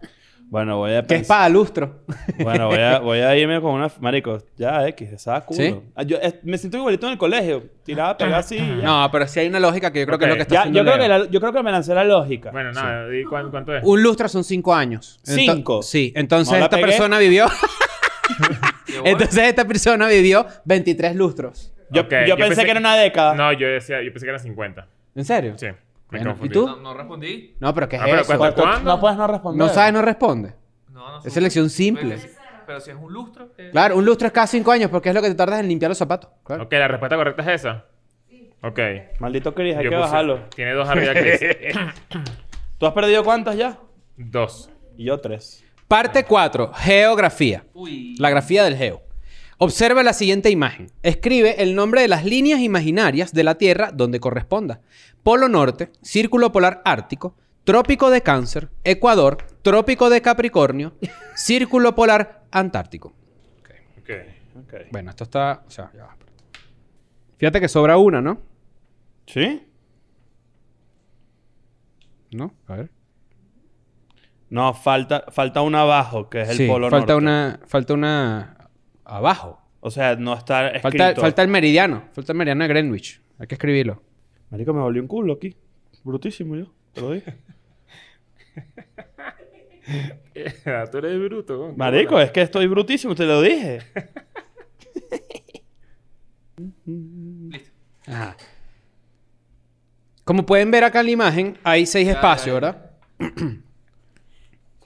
Speaker 3: Bueno, voy a
Speaker 4: ¿Qué es para lustro?
Speaker 3: Bueno, voy a, voy a irme con una... Marico, ya, X, esa culo.
Speaker 4: ¿Sí?
Speaker 3: Ah, yo, eh, me siento igualito en el colegio. Tiraba, pegaba así. y ya.
Speaker 4: No, pero sí hay una lógica que yo creo que es
Speaker 2: Ok.
Speaker 4: lo que está
Speaker 3: Ya,
Speaker 4: haciendo
Speaker 3: yo, creo
Speaker 4: Leo.
Speaker 3: que la- yo creo que me lancé la lógica.
Speaker 2: Bueno, nada. di cuán- ¿Cuánto
Speaker 3: Uh,
Speaker 2: es?
Speaker 4: Un lustro son cinco años. Ento-
Speaker 3: Cinco.
Speaker 4: sí. Entonces
Speaker 3: No la
Speaker 4: esta
Speaker 3: pegué.
Speaker 4: persona vivió...
Speaker 5: Yo, bueno,
Speaker 4: entonces esta persona vivió 23 lustros.
Speaker 3: Yo,
Speaker 2: Ok,
Speaker 3: yo pensé, que era una década.
Speaker 2: No, yo decía... Yo pensé que era 50.
Speaker 4: ¿En serio?
Speaker 2: Sí. Me
Speaker 4: Bueno, ¿y
Speaker 2: confundí.
Speaker 4: tú?
Speaker 5: No, no respondí.
Speaker 4: No, pero ¿qué es
Speaker 2: Ah, pero
Speaker 4: eso?
Speaker 2: ¿cuánto- cuándo?
Speaker 3: No puedes no responder.
Speaker 4: No sabes, no responde.
Speaker 5: No, no
Speaker 4: Es
Speaker 5: sé.
Speaker 4: elección simple.
Speaker 5: Pero, pero si es un lustro. eh,
Speaker 4: Claro, un lustro es cada cinco años porque es lo que te tardas en limpiar los zapatos. Claro.
Speaker 2: Ok, la respuesta correcta es esa. Ok.
Speaker 3: Maldito Chris, hay
Speaker 2: Yo
Speaker 3: que
Speaker 2: puse-
Speaker 3: bajarlo.
Speaker 2: Tiene dos arriba, Chris.
Speaker 3: ¿Tú has perdido cuántas ya?
Speaker 2: dos.
Speaker 3: Y yo tres.
Speaker 4: Parte 4. Geografía.
Speaker 5: Uy.
Speaker 4: La grafía del geo. Observa la siguiente imagen. Escribe el nombre de las líneas imaginarias de la Tierra donde corresponda. Polo Norte, Círculo Polar Ártico, Trópico de Cáncer, Ecuador, Trópico de Capricornio, Círculo Polar Antártico.
Speaker 2: Ok.
Speaker 4: Bueno, esto está... o sea, ya va, espérate. Fíjate que sobra una, ¿no?
Speaker 3: ¿Sí?
Speaker 4: ¿No? A ver.
Speaker 3: No, falta, falta una abajo, que es el
Speaker 4: Sí,
Speaker 3: polo
Speaker 4: falta
Speaker 3: norte.
Speaker 4: una... Falta una... Abajo.
Speaker 3: O sea, no está escrito.
Speaker 4: Falta, falta el meridiano. Falta el meridiano de Greenwich. Hay que escribirlo.
Speaker 3: Marico, me volvió un culo aquí. Brutísimo yo. Te lo dije.
Speaker 2: Ah, Tú eres bruto. weón.
Speaker 3: Marico, es que estoy brutísimo. Te lo dije.
Speaker 5: Listo.
Speaker 4: Ajá. Como pueden ver acá en la imagen, hay seis espacios, ¿verdad?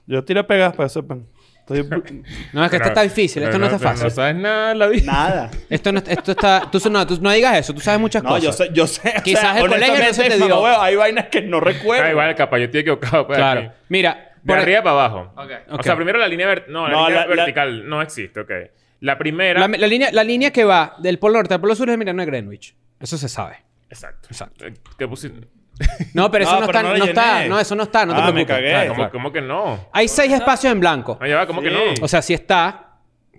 Speaker 3: Yo tiro pegas para que sepan. Estoy bru-
Speaker 4: No, es que esto
Speaker 2: Pero-
Speaker 4: está difícil.
Speaker 2: pero
Speaker 4: Esto no, está
Speaker 2: pero
Speaker 4: fácil.
Speaker 2: No sabes nada de la vida.
Speaker 3: Nada.
Speaker 4: Esto no esto está... Tú, no, tú no digas eso. Tú sabes muchas
Speaker 3: No,
Speaker 4: cosas.
Speaker 3: yo sé, yo sé. o
Speaker 4: Quizás
Speaker 3: sea,
Speaker 4: el colegio no
Speaker 3: honestamente,
Speaker 4: se te dio.
Speaker 3: mamahuevo, hay vainas que no recuerdo.
Speaker 2: Ah, igual, capaz, yo estoy equivocado. pues,
Speaker 4: pues. Claro.
Speaker 2: aquí.
Speaker 4: Mira.
Speaker 2: De
Speaker 4: por- e-
Speaker 2: arriba para abajo.
Speaker 5: Ok.
Speaker 4: Ok.
Speaker 2: O sea, primero la línea, ver- no, la
Speaker 3: No,
Speaker 2: línea
Speaker 3: la- la-
Speaker 2: vertical no existe, ok. La primera...
Speaker 4: La, la línea, la línea que va del polo norte al polo sur es el meridiano de Greenwich. Eso se sabe.
Speaker 2: Exacto.
Speaker 4: Exacto.
Speaker 2: Eh, ¿Qué pusiste?
Speaker 4: No, pero eso no,
Speaker 3: pero
Speaker 4: está,
Speaker 3: no
Speaker 4: no,
Speaker 3: lo
Speaker 4: está.
Speaker 3: llené.
Speaker 4: No, eso no está. No te
Speaker 3: Ah, me
Speaker 4: preocupes.
Speaker 3: cagué.
Speaker 4: Claro,
Speaker 2: ¿Cómo,
Speaker 4: claro.
Speaker 2: cómo que no?
Speaker 4: Hay seis espacios en blanco.
Speaker 2: No, ya va, ¿cómo que no?
Speaker 3: Sí.
Speaker 4: O sea, sí está.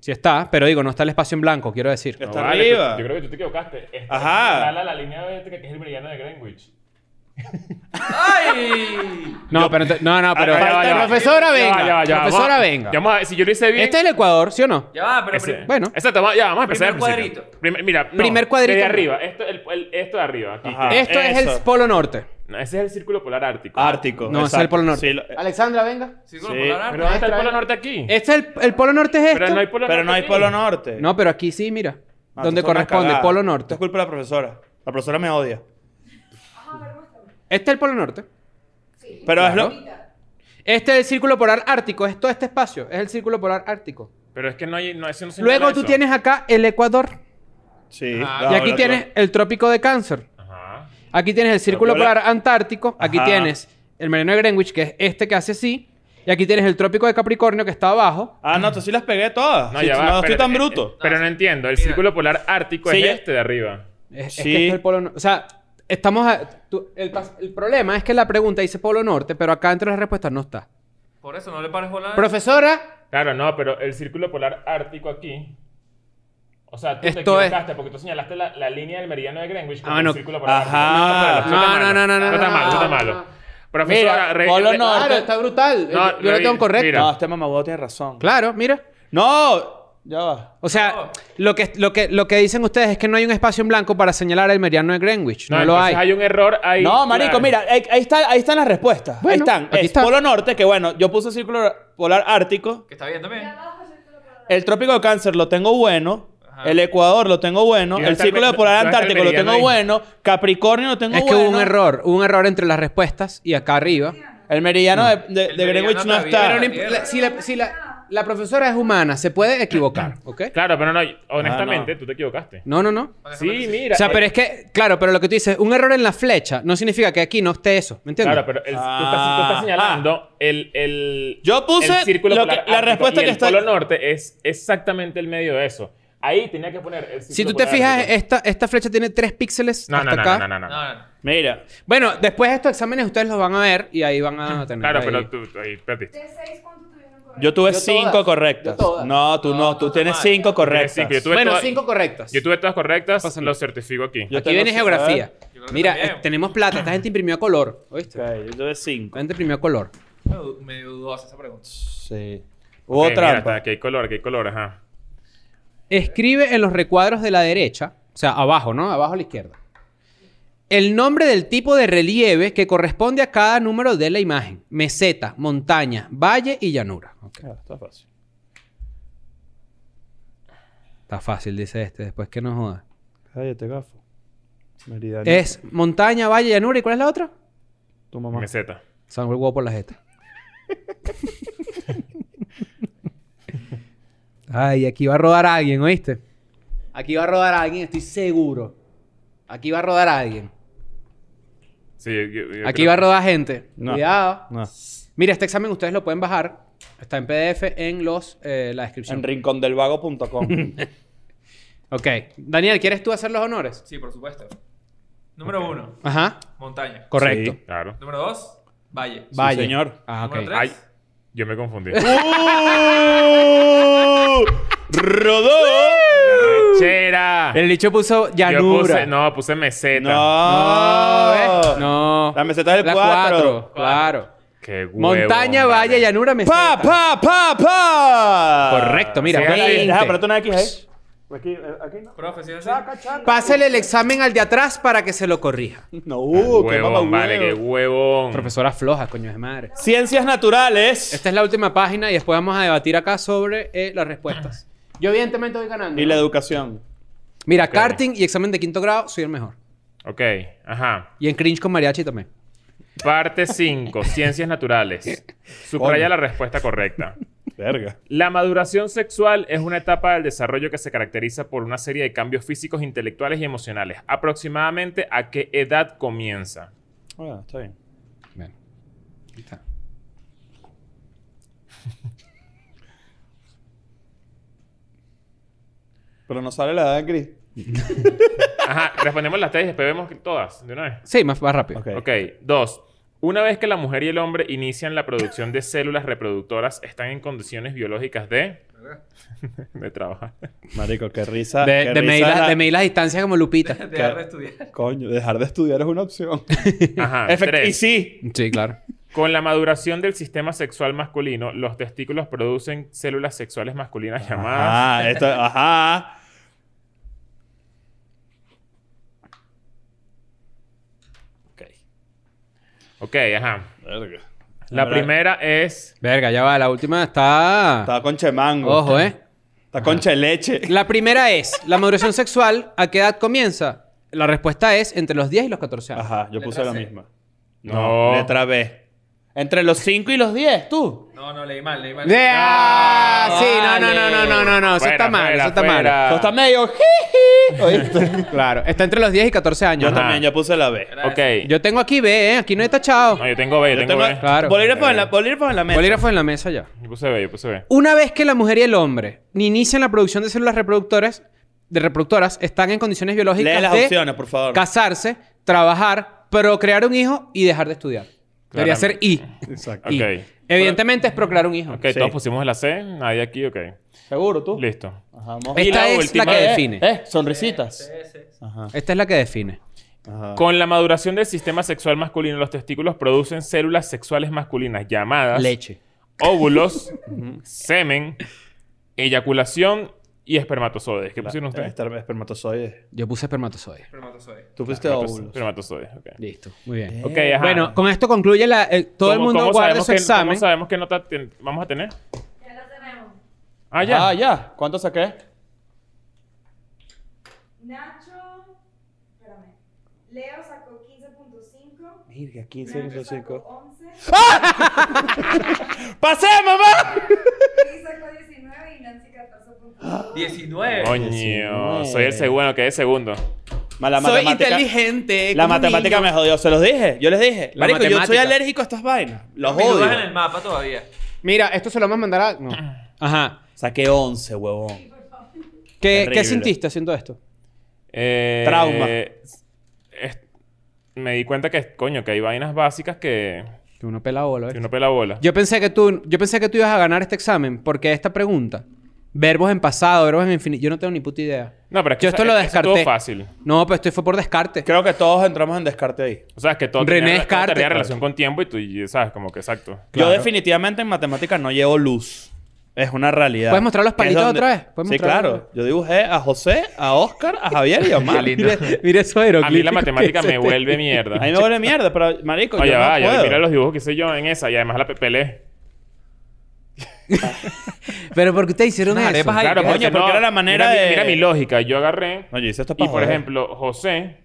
Speaker 4: Sí está, pero digo, no está el espacio en blanco, quiero decir.
Speaker 3: Está
Speaker 2: No, vale,
Speaker 3: arriba.
Speaker 2: tú- yo creo que tú te equivocaste. Esta
Speaker 3: Ajá.
Speaker 2: es La, la, la línea vertical que es el brillante de Greenwich.
Speaker 5: ¡Ay!
Speaker 4: No, pero ente- no, no, pero.
Speaker 3: Ah, ya va, ya va.
Speaker 4: Profesora,
Speaker 2: Ya va,
Speaker 4: venga.
Speaker 2: ya va, ya va.
Speaker 4: profesora,
Speaker 2: Vamos a-
Speaker 4: venga.
Speaker 2: ya vamos a ver, si yo lo hice bien...
Speaker 4: Este es el Ecuador, ¿sí o no?
Speaker 5: Ya va, pero.
Speaker 2: Ese-
Speaker 5: prim-
Speaker 4: Bueno.
Speaker 2: Exacto, vamos- ya, vamos a empezar
Speaker 5: Primer
Speaker 2: al principio.
Speaker 5: cuadrito.
Speaker 2: Primer- mira, no,
Speaker 4: Primer cuadrito.
Speaker 2: Desde arriba. Esto, el, el- esto de arriba. Aquí.
Speaker 3: Ajá. Ah,
Speaker 4: Esto es
Speaker 3: eso.
Speaker 4: el Polo Norte.
Speaker 2: No, ese es el círculo polar ártico.
Speaker 3: Ártico.
Speaker 4: No, es
Speaker 3: exacto.
Speaker 4: el Polo Norte.
Speaker 3: Sí, lo- eh,
Speaker 4: Alexandra, venga.
Speaker 5: Círculo
Speaker 3: Sí.
Speaker 5: polar
Speaker 2: Pero
Speaker 5: ártico.
Speaker 2: ¿dónde está el polo norte aquí?
Speaker 4: Este es el, el Polo Norte es
Speaker 2: Pero
Speaker 4: esto.
Speaker 2: no hay polo norte
Speaker 3: pero no hay
Speaker 2: aquí.
Speaker 3: polo norte.
Speaker 4: No, pero aquí sí, mira.
Speaker 3: Ah,
Speaker 4: donde
Speaker 3: esto fue una
Speaker 4: corresponde,
Speaker 3: cagada.
Speaker 4: Polo
Speaker 3: Esto
Speaker 4: Norte.
Speaker 3: es culpa de la profesora. La profesora me odia.
Speaker 4: Este es el Polo Norte.
Speaker 3: Pero es lo...
Speaker 4: Este es el círculo polar ártico. Es todo este espacio. Es el círculo polar ártico.
Speaker 2: Pero es que no hay... No, eso no señala
Speaker 4: Luego tú
Speaker 2: eso.
Speaker 4: tienes acá el Ecuador.
Speaker 3: Sí.
Speaker 5: Ah,
Speaker 4: y
Speaker 3: no,
Speaker 4: aquí
Speaker 3: lo-
Speaker 4: tienes el trópico de cáncer.
Speaker 2: Ajá.
Speaker 4: Aquí tienes el círculo
Speaker 3: Trópico de-
Speaker 4: polar antártico. Aquí
Speaker 3: Ajá.
Speaker 4: tienes el meridiano de Greenwich, que es este que hace así. Y aquí tienes el trópico de Capricornio, que está abajo.
Speaker 3: Ah, no, tú sí las pegué todas.
Speaker 2: No,
Speaker 3: Sí,
Speaker 2: ya
Speaker 3: no
Speaker 2: va.
Speaker 3: estoy
Speaker 2: pero-
Speaker 3: tan
Speaker 2: eh,
Speaker 3: bruto.
Speaker 2: eh, Pero no entiendo. El
Speaker 5: Mira.
Speaker 2: círculo polar ártico
Speaker 3: Sí,
Speaker 2: es
Speaker 3: ya-
Speaker 2: este de arriba.
Speaker 4: Es, es
Speaker 3: Sí.
Speaker 4: que este es el polo norte. O sea, estamos. a- tú- el, pas- el problema es que la pregunta dice polo norte, pero acá entre las respuestas no está.
Speaker 5: Por eso no le pares bola.
Speaker 4: Profesora,
Speaker 2: Claro, no, pero el círculo polar ártico aquí... O sea, tú te
Speaker 4: Esto es-
Speaker 2: equivocaste porque tú señalaste la, la línea del meridiano de Greenwich como
Speaker 4: Ah, no.
Speaker 2: el círculo polar
Speaker 3: Ajá.
Speaker 2: ártico. No,
Speaker 4: No, no, no, no, no,
Speaker 2: Eso está
Speaker 4: no,
Speaker 2: malo, eso está
Speaker 4: no,
Speaker 2: malo.
Speaker 4: no, no.
Speaker 2: Profesora, re-
Speaker 3: polo
Speaker 2: re-
Speaker 3: norte.
Speaker 4: claro, está brutal.
Speaker 2: No,
Speaker 4: Yo- Yo lo
Speaker 2: David,
Speaker 4: tengo correcto.
Speaker 2: mira.
Speaker 3: No, este mamagüevo tiene razón.
Speaker 4: Claro, mira.
Speaker 3: ¡No! Ya va.
Speaker 4: O sea, lo que, lo, que, lo que dicen ustedes es que no hay un espacio en blanco para señalar el meridiano de Greenwich. No, lo
Speaker 2: entonces
Speaker 4: hay.
Speaker 2: hay un error ahí.
Speaker 3: No, marico,
Speaker 2: claro.
Speaker 3: mira, ahí, ahí está, ahí están las respuestas. ahí
Speaker 4: Bueno,
Speaker 3: están.
Speaker 4: aquí
Speaker 3: Es
Speaker 4: está.
Speaker 3: Polo Norte, que bueno, yo puse círculo polar ártico.
Speaker 5: Que está bien también.
Speaker 3: El trópico de cáncer lo tengo bueno.
Speaker 5: Ajá.
Speaker 3: El Ecuador lo tengo bueno.
Speaker 2: ¿Y dónde
Speaker 3: El
Speaker 2: está el
Speaker 3: círculo
Speaker 2: me-
Speaker 3: de polar
Speaker 2: dónde está el
Speaker 3: antártico lo
Speaker 2: meridiano
Speaker 3: tengo
Speaker 2: ahí?
Speaker 3: bueno. Capricornio lo tengo
Speaker 4: Es que
Speaker 3: bueno.
Speaker 4: hubo un error, hubo un error entre las respuestas y acá arriba.
Speaker 3: El meridiano de, de-
Speaker 5: El
Speaker 3: de Greenwich
Speaker 5: meridiano
Speaker 3: no
Speaker 5: todavía.
Speaker 3: está.
Speaker 5: Pero
Speaker 4: No imp- la- si la, si la- la profesora es humana, se puede equivocar, ¿ok?
Speaker 2: Claro, pero Ah, no, honestamente, tú te equivocaste.
Speaker 4: No, no, no.
Speaker 2: Sí, mira.
Speaker 4: O sea,
Speaker 2: eh,
Speaker 4: pero es que, claro, pero lo que tú dices, un error en la flecha no significa que aquí no esté eso, ¿me entiendes?
Speaker 2: Claro, pero el- tú, estás, tú estás señalando el, el.
Speaker 3: Yo puse
Speaker 2: el círculo
Speaker 3: lo
Speaker 2: polar
Speaker 3: que- la
Speaker 2: ártico
Speaker 3: respuesta
Speaker 2: y
Speaker 3: que
Speaker 2: el
Speaker 3: está-
Speaker 2: polo norte es exactamente el medio de eso. Ahí tenía que poner el
Speaker 4: si
Speaker 2: círculo
Speaker 4: tú te
Speaker 2: polar
Speaker 4: fijas,
Speaker 2: ártico.
Speaker 4: esta, esta flecha tiene tres píxeles
Speaker 2: No,
Speaker 4: hasta
Speaker 2: no, no,
Speaker 4: acá.
Speaker 2: no, no, no,
Speaker 5: No,
Speaker 2: no.
Speaker 5: no, no.
Speaker 3: Mira,
Speaker 4: Bueno, después de estos exámenes ustedes los van a ver y ahí van a tener
Speaker 2: Claro,
Speaker 4: ahí-
Speaker 2: pero tú, tú ahí perdiste.
Speaker 7: De seis, ¿cuánto tuvieron correcto?
Speaker 3: yo tuve
Speaker 4: Yo
Speaker 3: cinco
Speaker 4: todas.
Speaker 3: correctas.
Speaker 4: Yo todas.
Speaker 3: No, tú no, tú
Speaker 5: no,
Speaker 3: tienes
Speaker 5: no,
Speaker 3: cinco
Speaker 2: Tienes
Speaker 3: correctas.
Speaker 2: cinco, Yo tuve,
Speaker 4: Bueno,
Speaker 2: todas,
Speaker 4: cinco correctas.
Speaker 2: yo tuve todas correctas,
Speaker 4: Pásame.
Speaker 2: lo certifico aquí.
Speaker 3: Yo
Speaker 4: Aquí
Speaker 3: tengo
Speaker 4: viene
Speaker 3: cinco, a ver.
Speaker 4: geografía.
Speaker 5: Yo creo que
Speaker 4: Mira,
Speaker 5: también.
Speaker 4: eh, tenemos plata. Esta gente imprimió a color, ¿oíste?
Speaker 3: Ok, yo tuve cinco.
Speaker 4: La gente imprimió a color.
Speaker 5: Medio- Medio dudosa esa pregunta.
Speaker 3: Sí. Hubo
Speaker 2: Ok, Eh, mira,
Speaker 3: trampa.
Speaker 2: está, Aquí hay color, aquí hay color, ajá.
Speaker 4: Escribe en los recuadros de la derecha, o sea, abajo, ¿no? Abajo a la izquierda. El nombre del tipo de relieve que corresponde a cada número de la imagen. Meseta, montaña, valle y llanura. Ok.
Speaker 3: Ah, está fácil.
Speaker 4: Está fácil, dice este, después que no joda.
Speaker 3: Cállate, gafo. Meridiano.
Speaker 4: Es montaña, valle, llanura. ¿Y cuál es la otra? Tu mamá.
Speaker 2: Meseta.
Speaker 4: Sangre el huevo por la jeta. Ay, aquí va a rodar alguien, ¿oíste? Aquí va a rodar alguien, estoy seguro. Aquí va a rodar alguien.
Speaker 2: Sí, yo- yo
Speaker 4: Aquí
Speaker 2: creo-
Speaker 4: va a rodar gente.
Speaker 3: No.
Speaker 4: Cuidado.
Speaker 3: No.
Speaker 4: Mira, este examen ustedes lo pueden bajar. Está en PDF en los, eh, la descripción.
Speaker 3: En rincondelvago.com.
Speaker 4: Ok. Daniel, ¿quieres tú hacer los honores?
Speaker 5: Sí, por supuesto. Número uno,
Speaker 4: Ajá.
Speaker 5: montaña.
Speaker 4: Correcto.
Speaker 3: Sí.
Speaker 2: Claro.
Speaker 5: Número dos, valle.
Speaker 3: Sí,
Speaker 4: Vaya.
Speaker 3: señor.
Speaker 4: Ah, ok.
Speaker 5: Número tres,
Speaker 2: Ay, yo me confundí.
Speaker 3: ¡Uh! ¡Rodó!
Speaker 2: ¡Chera!
Speaker 4: El dicho puso llanura.
Speaker 2: Yo puse, no, puse meseta.
Speaker 4: No,
Speaker 3: ¡No!
Speaker 4: ¿ves? No.
Speaker 3: La meseta del
Speaker 4: La
Speaker 3: cuatro.
Speaker 4: cuatro, Claro.
Speaker 2: Qué huevo,
Speaker 4: Montaña,
Speaker 2: hombre.
Speaker 4: valle, llanura, meseta.
Speaker 3: ¡Pa, pa, pa, pa!
Speaker 4: Correcto, mira, este.
Speaker 2: Sí,
Speaker 3: Déjala-
Speaker 4: 20.
Speaker 3: Déjala ponerte una X ahí. Aquí, eh, aquí no. Mm.
Speaker 5: profe, ¿sí o sí?
Speaker 4: Pásale el examen al de atrás para que se lo corrija.
Speaker 3: No,
Speaker 2: Qué
Speaker 3: Uh, qué
Speaker 2: huevón,
Speaker 3: mamá
Speaker 2: vale, qué huevón.
Speaker 4: Profesora floja, coño de madre.
Speaker 3: Ciencias naturales.
Speaker 4: Esta es la última página y después vamos a debatir acá sobre eh, las respuestas. Yo evidentemente voy ganando.
Speaker 3: Y
Speaker 4: ¿no?
Speaker 3: la educación.
Speaker 4: Mira,
Speaker 2: Ok.
Speaker 4: karting y examen de quinto grado, soy el mejor.
Speaker 2: Ok, ajá.
Speaker 4: Y en cringe con mariachi también.
Speaker 2: Parte 5, ciencias naturales. Subraya
Speaker 3: Coño.
Speaker 2: la respuesta correcta.
Speaker 3: Verga.
Speaker 2: La maduración sexual es una etapa del desarrollo que se caracteriza por una serie de cambios físicos, intelectuales y emocionales. ¿Aproximadamente a qué edad comienza?
Speaker 3: Bueno, está bien. Pero no sale la edad de Chris.
Speaker 2: Ajá, respondemos las tres y después vemos que- todas de una vez.
Speaker 4: Sí, más, más rápido.
Speaker 3: Ok.
Speaker 2: Ok, dos. Una vez que la mujer y el hombre inician la producción de células reproductoras, están en condiciones biológicas de... de trabajar.
Speaker 3: Marico, qué risa.
Speaker 4: De,
Speaker 3: qué
Speaker 4: de
Speaker 3: risa
Speaker 4: medir las-
Speaker 3: la-
Speaker 4: de medir las distancias como Lupita.
Speaker 5: Dejar de estudiar.
Speaker 3: Coño, dejar de estudiar es una opción.
Speaker 2: Ajá,
Speaker 3: Efect-
Speaker 2: Ah, tres.
Speaker 3: y sí.
Speaker 4: Sí, claro.
Speaker 2: Con la maduración del sistema sexual masculino, los testículos producen células sexuales masculinas llamadas...
Speaker 3: Ajá, Ah, esto, ajá.
Speaker 2: Ok. Ok, ajá.
Speaker 3: Verga.
Speaker 2: La
Speaker 3: verdad-
Speaker 2: primera es...
Speaker 4: Verga, ya va. La última está...
Speaker 3: Está con chemango.
Speaker 4: Ojo, ¿eh?
Speaker 3: Está con cheleche.
Speaker 4: La primera es, la maduración sexual, ¿a qué edad comienza? La respuesta es entre los 10 y los 14 años.
Speaker 3: Ajá, yo
Speaker 5: Letra
Speaker 3: puse la
Speaker 5: C.
Speaker 3: misma.
Speaker 2: No.
Speaker 3: Letra B.
Speaker 4: Entre los 5 y los 10, tú.
Speaker 5: No, no, leí mal, leí mal.
Speaker 4: Yeah. Ah, sí, no, no, no, no, no, no, no, eso
Speaker 2: Fuera,
Speaker 4: está mal,
Speaker 2: fuera,
Speaker 4: eso está
Speaker 2: fuera.
Speaker 4: mal.
Speaker 3: Esto está medio jiji. ¿Oíste?
Speaker 4: Claro, está entre los 10 y 14
Speaker 3: Yo
Speaker 4: años.
Speaker 2: Ajá.
Speaker 3: también, yo puse la B.
Speaker 5: Era
Speaker 2: Ok.
Speaker 4: Yo tengo aquí B, ¿eh? Aquí no he tachado.
Speaker 2: No, yo tengo B, yo tengo B. Eh.
Speaker 4: Claro.
Speaker 3: Bolígrafo en la, bolígrafo en la mesa.
Speaker 4: Bolígrafo en la mesa ya.
Speaker 2: Yo puse B, yo puse B.
Speaker 4: Una vez que la mujer y el hombre inician la producción de células reproductoras, de reproductoras están en condiciones biológicas
Speaker 3: Lee las
Speaker 4: de
Speaker 3: opciones, por favor.
Speaker 4: casarse, trabajar, procrear un hijo y dejar de estudiar. Debería ser I.
Speaker 3: Exacto.
Speaker 4: I.
Speaker 2: Ok.
Speaker 4: Evidentemente es procrear un hijo.
Speaker 2: Ok,
Speaker 3: Sí.
Speaker 2: todos pusimos la C, nadie aquí, ok.
Speaker 3: ¿Seguro tú?
Speaker 2: Listo.
Speaker 3: Ajá, vamos.
Speaker 4: Esta es la que
Speaker 3: Eh,
Speaker 4: define.
Speaker 3: Eh, sonrisitas.
Speaker 5: C, C, C.
Speaker 3: Ajá.
Speaker 4: Esta es la que define.
Speaker 3: Ajá.
Speaker 2: Con la maduración del sistema sexual masculino, los testículos producen células sexuales masculinas llamadas
Speaker 4: Leche.
Speaker 2: óvulos, semen, eyaculación y espermatozoides. ¿Qué pusieron
Speaker 3: Eh,
Speaker 4: Este
Speaker 2: ustedes?
Speaker 3: esper- Espermatozoides.
Speaker 4: Yo puse espermatozoide.
Speaker 5: Espermatozoide.
Speaker 3: Tú pusiste
Speaker 2: Espermatozo-
Speaker 3: óvulos.
Speaker 2: Espermatozoides, ok.
Speaker 4: Listo. Muy bien.
Speaker 2: Ok, ajá.
Speaker 4: Bueno, con esto concluye la... eh, todo
Speaker 2: Eh,
Speaker 4: el
Speaker 2: ¿Cómo-
Speaker 4: mundo
Speaker 2: cómo
Speaker 4: guarde
Speaker 2: sabemos
Speaker 4: su
Speaker 2: qué-
Speaker 4: examen.
Speaker 2: ¿Cómo sabemos qué nota ten- vamos a tener?
Speaker 7: Ya lo tenemos.
Speaker 2: Ah, ya.
Speaker 3: Ah, ya. ¿Cuánto saqué?
Speaker 7: Nacho, espérame. Leo sacó 15.5.
Speaker 3: Mira,
Speaker 7: Nacho sacó 11.
Speaker 3: ¡Pasé, mamá!
Speaker 7: Luis sacó 19 y Nancy 14.5.
Speaker 5: 19.
Speaker 2: Coño, soy el segundo, quedé segundo.
Speaker 3: Mala
Speaker 4: Soy
Speaker 3: matemática-
Speaker 4: inteligente.
Speaker 3: La
Speaker 4: como un
Speaker 3: matemática
Speaker 4: niño.
Speaker 3: me jodió. Se los dije. Yo les dije.
Speaker 4: La
Speaker 3: Marico, yo soy
Speaker 4: matemática.
Speaker 3: alérgico a estas vainas. Los
Speaker 5: Mis dudas en
Speaker 3: odio.
Speaker 5: el mapa todavía.
Speaker 4: Mira, esto se lo vamos a mandar a... no. Ajá.
Speaker 3: Saqué 11, huevón.
Speaker 4: ¿Qué,
Speaker 3: Terrible.
Speaker 4: ¿Qué sintiste haciendo esto?
Speaker 2: Eh,
Speaker 3: Trauma.
Speaker 2: es- me di cuenta que, coño, que hay vainas básicas que,
Speaker 4: Que uno pela bola, ¿ves?
Speaker 2: que uno pela bola.
Speaker 4: Yo pensé que tú, yo pensé que tú ibas a ganar este examen porque esta pregunta, verbos en pasado, verbos en infinito, yo no tengo ni puta idea.
Speaker 2: no, pero es que
Speaker 4: yo
Speaker 2: esa-
Speaker 4: esto lo
Speaker 2: es- esa estuvo
Speaker 4: descarté.
Speaker 2: fácil.
Speaker 4: No, pero esto fue por descarte.
Speaker 3: Creo que todos entramos en descarte ahí.
Speaker 2: O sea, es que todo
Speaker 4: René
Speaker 2: tenía, todo
Speaker 4: Descartes,
Speaker 2: tenía
Speaker 4: claro.
Speaker 2: relación con tiempo y tú, y, ¿sabes? Como que exacto.
Speaker 3: Yo
Speaker 4: Claro.
Speaker 3: definitivamente en matemáticas no llevo luz. Es una realidad.
Speaker 4: ¿Puedes mostrar los
Speaker 3: Que es
Speaker 4: palitos otra vez? ¿Puedes
Speaker 3: Sí,
Speaker 4: mostrar-
Speaker 3: claro. Yo dibujé a José, a Oscar, a Javier y a Omar.
Speaker 4: Mira, mira eso
Speaker 2: A mí la
Speaker 4: jeroglífico que
Speaker 2: matemática
Speaker 4: es
Speaker 2: me
Speaker 4: este.
Speaker 2: vuelve
Speaker 3: A mí
Speaker 2: mierda.
Speaker 3: me huele mierda, pero marico,
Speaker 2: Oye,
Speaker 3: yo
Speaker 2: va,
Speaker 3: no
Speaker 2: yo
Speaker 3: puedo.
Speaker 2: mira los dibujos que hice yo en esa y además la pepelé.
Speaker 4: Pero ¿por qué ustedes hicieron
Speaker 5: Unas
Speaker 4: eso?
Speaker 5: arepas ahí.
Speaker 2: Claro,
Speaker 5: qué
Speaker 2: porque,
Speaker 3: coño, porque
Speaker 2: no-
Speaker 3: era la manera
Speaker 2: mira mi-
Speaker 3: de-
Speaker 2: Mira mi lógica. Yo agarré
Speaker 3: Oye, hice esto
Speaker 2: y,
Speaker 3: para
Speaker 2: por
Speaker 3: joder.
Speaker 2: ejemplo, José